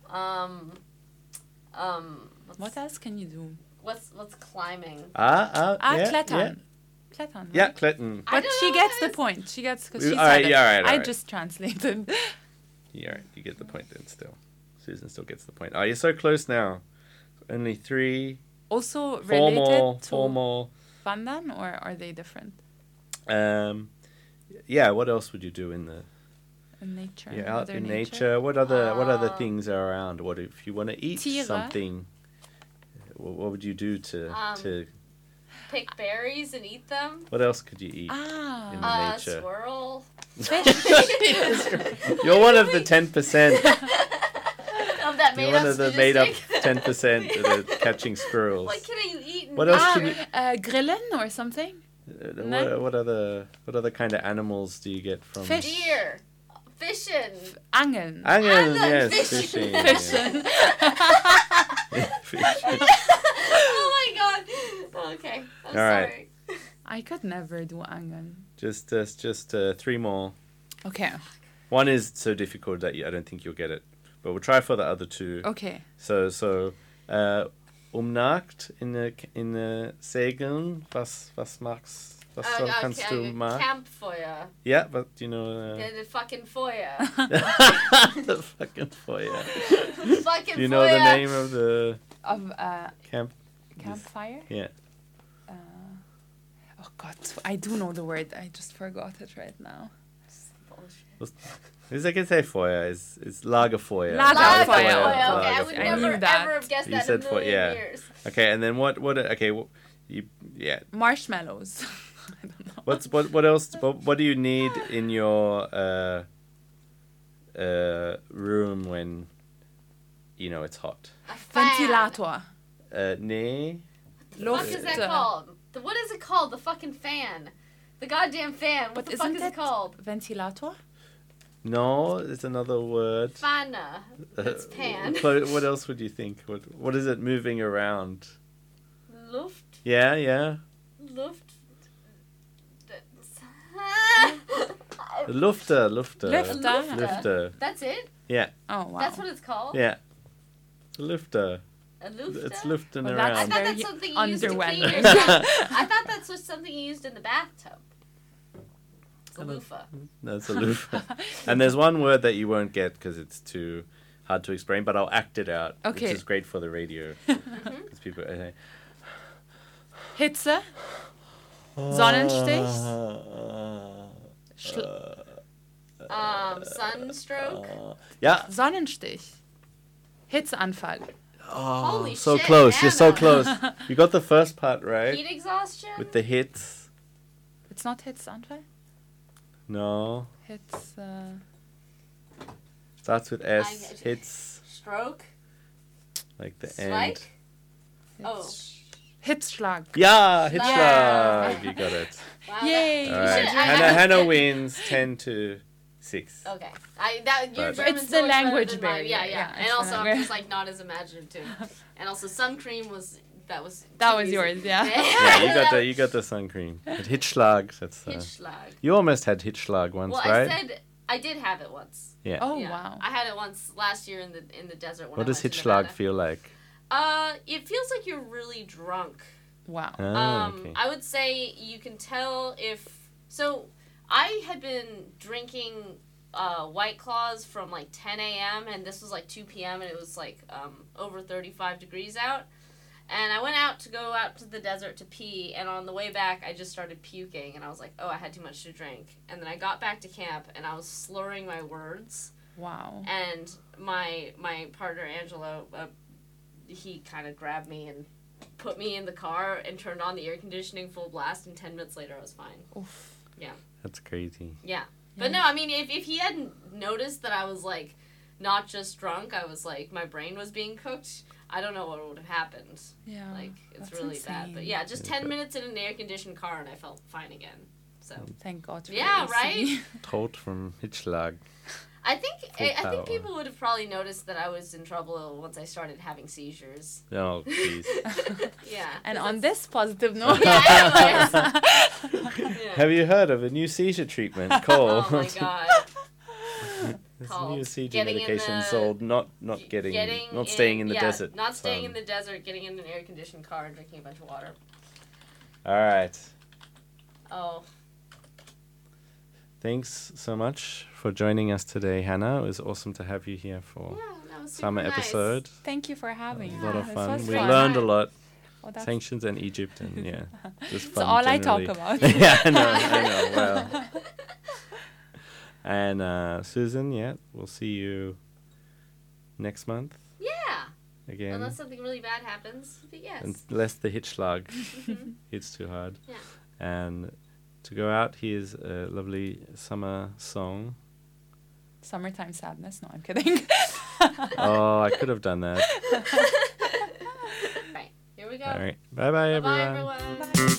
B: yeah. Um, um, what's,
C: What else can you do?
B: what's, what's climbing?
A: Ah, ah,
C: Ah,
A: yeah,
C: Klettern. Klettern.
A: Yeah, yeah
C: right?
A: Clinton.
B: I
C: But
B: don't
C: she
B: know
C: gets
B: what
C: the
B: it is.
C: point. She gets because
A: We-
C: she
A: all
C: said
A: right,
C: it.
A: yeah, all right, all
C: I
A: right.
C: just translated.
A: Yeah, you get the point then still. Susan still gets the point. Oh, you're so close now. Only three,
C: also
A: four
C: related
A: more,
C: to
A: four more.
C: Van Damme, or are they different
A: Um, yeah, what else would you do in the
C: in
B: Uh,
C: nature?
A: yeah, out
C: Mother
A: in nature? What other what other
B: Ah.
A: things are around? What if you want to eat
C: Tiere.
A: something? wh- What would you do to
B: Um,
A: to?
B: Pick berries and eat them.
A: What else could you eat?
C: Ah,
A: In
B: Uh,
A: nature.
B: squirrel.
A: You're one of the ten percent.
B: Of that
A: You're
B: made
A: one
B: up
A: of the made up
B: statistic.
A: ten percent that are catching squirrels.
B: What can I eat? in
A: What else can you-
B: nature?
C: uh, grillen or something.
A: Uh,
C: No.
A: What, what other what other kind of animals do you get from
C: Fish.
B: Deer. Fishing.
C: Angeln.
A: Angeln,
B: Angeln,
A: yes,
B: fish.
A: fishing.
C: Fishing.
A: yeah. Fish.
B: oh my god. Okay. I'm
A: All right.
B: sorry.
C: I could never do angeln.
A: Just, uh, just uh, three more.
C: Okay.
A: One is so difficult that you, I don't think you'll get it, but we'll try for the other two.
C: Okay.
A: So, so uh, um Nacht in der in der Segeln. Was was magst? Was
B: Uh,
A: soll,
B: uh,
A: kannst
B: ca-
A: du
B: uh,
A: mag?
B: Campfeuer.
A: Yeah, but you know. Uh,
B: The, the fucking foyer.
A: the fucking Feuer.
B: fucking
A: Do you know the
B: foyer.
A: name of the
C: Of uh,
A: camp?
C: campfire.
A: Yeah.
C: Uh, oh God, I do know the word. I just forgot it right now.
B: Or
A: It's like it's a foyer. It's it's lagerfeuer.
B: Lagerfeuer.
C: Lagerfeuer. Lagerfeuer.
B: Okay, I would
C: I knew
B: never
C: that.
B: ever have guessed
A: You
B: that
A: said
B: in a
A: fo-
B: million
A: yeah.
B: years.
A: Okay, and then what what okay, wh- you, yeah.
C: Marshmallows. I don't know.
A: What's what what else what, what do you need in your uh uh room when you know it's hot?
B: A fan.
C: Ventilator.
A: Uh nay.
B: What is that called? The, what is it called? The fucking fan. The goddamn fan. What the fuck is it called?
C: Ventilator?
A: No, it's another word.
B: Fana. It's pan.
A: But what else would you think? What what is it moving around?
B: Luft.
A: Yeah, yeah.
B: Luft. that's-
A: Lufter, lufter.
C: Lufter.
A: Lufter.
B: That's it?
A: Yeah,
C: Uh, Oh, wow.
B: That's what it's called?
A: yeah. Lufter.
B: A luft?
A: It's lufting
C: Well,
B: I
A: around.
B: thought
C: Very
B: that's something you used to clean
C: underwhelming.
B: yourself. I thought that's just something you used in the bathtub. It's a loofah.
A: That's a loofah. and there's one word that you won't get because it's too hard to explain, but I'll act it out,
C: Okay.
A: which is great for the radio.
B: Mm-hmm.
A: 'Cause people uh, say,
C: Hitze. Sonnenstich.
A: Uh,
C: Schl-
B: Um, sunstroke.
A: yeah.
C: Sonnenstich. Hitzeanfall.
B: Holy
A: so
B: shit,
A: close. You're so
B: Anna.
A: close. You got the first part right
B: Heat exhaustion.
A: with the hits.
C: It's not Hitzeanfall?
A: No,
C: Hitze.
A: starts with S.
B: I-
A: hits
B: stroke.
A: like the end.
B: Strike. Oh,
C: Hitzschlag.
A: Yeah, hit
B: Slide.
A: slide. You got it.
B: wow.
C: Yay!
A: All right.
B: I-
A: Hannah,
B: I-
A: Hannah wins ten to six.
B: That, okay. I that your
A: But-
B: German's
C: It's
B: so
C: the
B: much better
C: language
B: than mine.
C: barrier,
B: Yeah, yeah.
C: yeah, it's
B: and
C: the
B: also, I'm
C: language.
B: just like not as imaginative too. And also, sun cream was that was
C: That
B: too
C: was
B: easy.
C: yours, yeah.
A: Yeah, you got the you got the sun cream. But Hitschlag. That's uh,
B: Hitschlag.
A: you almost had Hitschlag once,
B: Well,
A: right?
B: I said I did have it once.
A: yeah.
C: Oh,
B: Yeah.
C: wow.
B: I had it once last year in the in the desert when
A: what
B: I
A: does
B: went to
A: Hitschlag
B: Nevada.
A: feel like?
B: Uh, it feels like you're really drunk.
C: Wow.
A: Ah,
B: um,
A: okay.
B: I would say you can tell if so. I had been drinking uh, White Claws from like 10 a.m. and this was like 2 p.m. and it was like um, over 35 degrees out. And I went out to go out to the desert to pee, and on the way back, I just started puking, and I was like, "Oh, I had too much to drink." And then I got back to camp, and I was slurring my words
C: Wow.
B: and my my partner Angelo, uh, he kind of grabbed me and put me in the car and turned on the air conditioning full blast. And ten minutes later, I was fine.
C: Oof.
A: That's crazy.
B: Yeah, but no, I mean, if if he hadn't noticed that I was like not just drunk, I was like my brain was being cooked. I don't know what would have happened.
C: Yeah.
B: Like it's
C: Oh, that's
B: really bad. But
C: insane.
B: yeah, just
A: Yeah,
B: ten
A: but-
B: minutes in an air conditioned car, and I felt fine again. So
C: Thank God. For
B: Yeah,
C: AC.
B: right?
A: Told from Hitschlag.
B: I think I, I
A: power.
B: think people would have probably noticed that I was in trouble once I started having seizures.
A: Oh, jeez.
B: Yeah.
C: And on this positive note,
B: Yeah,
A: Have you heard of a new seizure treatment called
B: Oh my god.
A: This
B: called
A: new seizure
B: getting in
A: medication
B: the-
A: sold not not getting, not staying in the
B: yeah,
A: desert.
B: Not staying in
A: Um,
B: the desert, getting in an air conditioned car and drinking a bunch of water.
A: All right.
B: Oh,
A: Thanks so much for joining us today, Hannah. It was awesome to have you here for
B: yeah, that was super
A: summer
B: nice.
A: episode.
C: thank you for having
A: A
C: me.
A: lot of
C: This
A: fun.
C: was
A: We
C: fun.
A: learned a lot.
C: Oh, that's
A: Sanctions and Egypt and yeah, just
C: It's
A: fun
C: all I talk
A: generally.
C: about.
A: yeah, I know, I know. Well, and uh, Susan, yeah, we'll see you next month
B: Yeah.
A: again,
B: Unless something really bad happens. But yes.
A: unless the hitchlag hits too hard.
B: Mm-hmm. Yeah.
A: And to go out, here's a lovely summer song.
C: Summertime sadness. No, I'm kidding.
A: Oh, I could have done that.
B: right. Here we go.
A: All right, bye bye
B: Bye bye
A: everyone.
B: everyone.
C: Bye.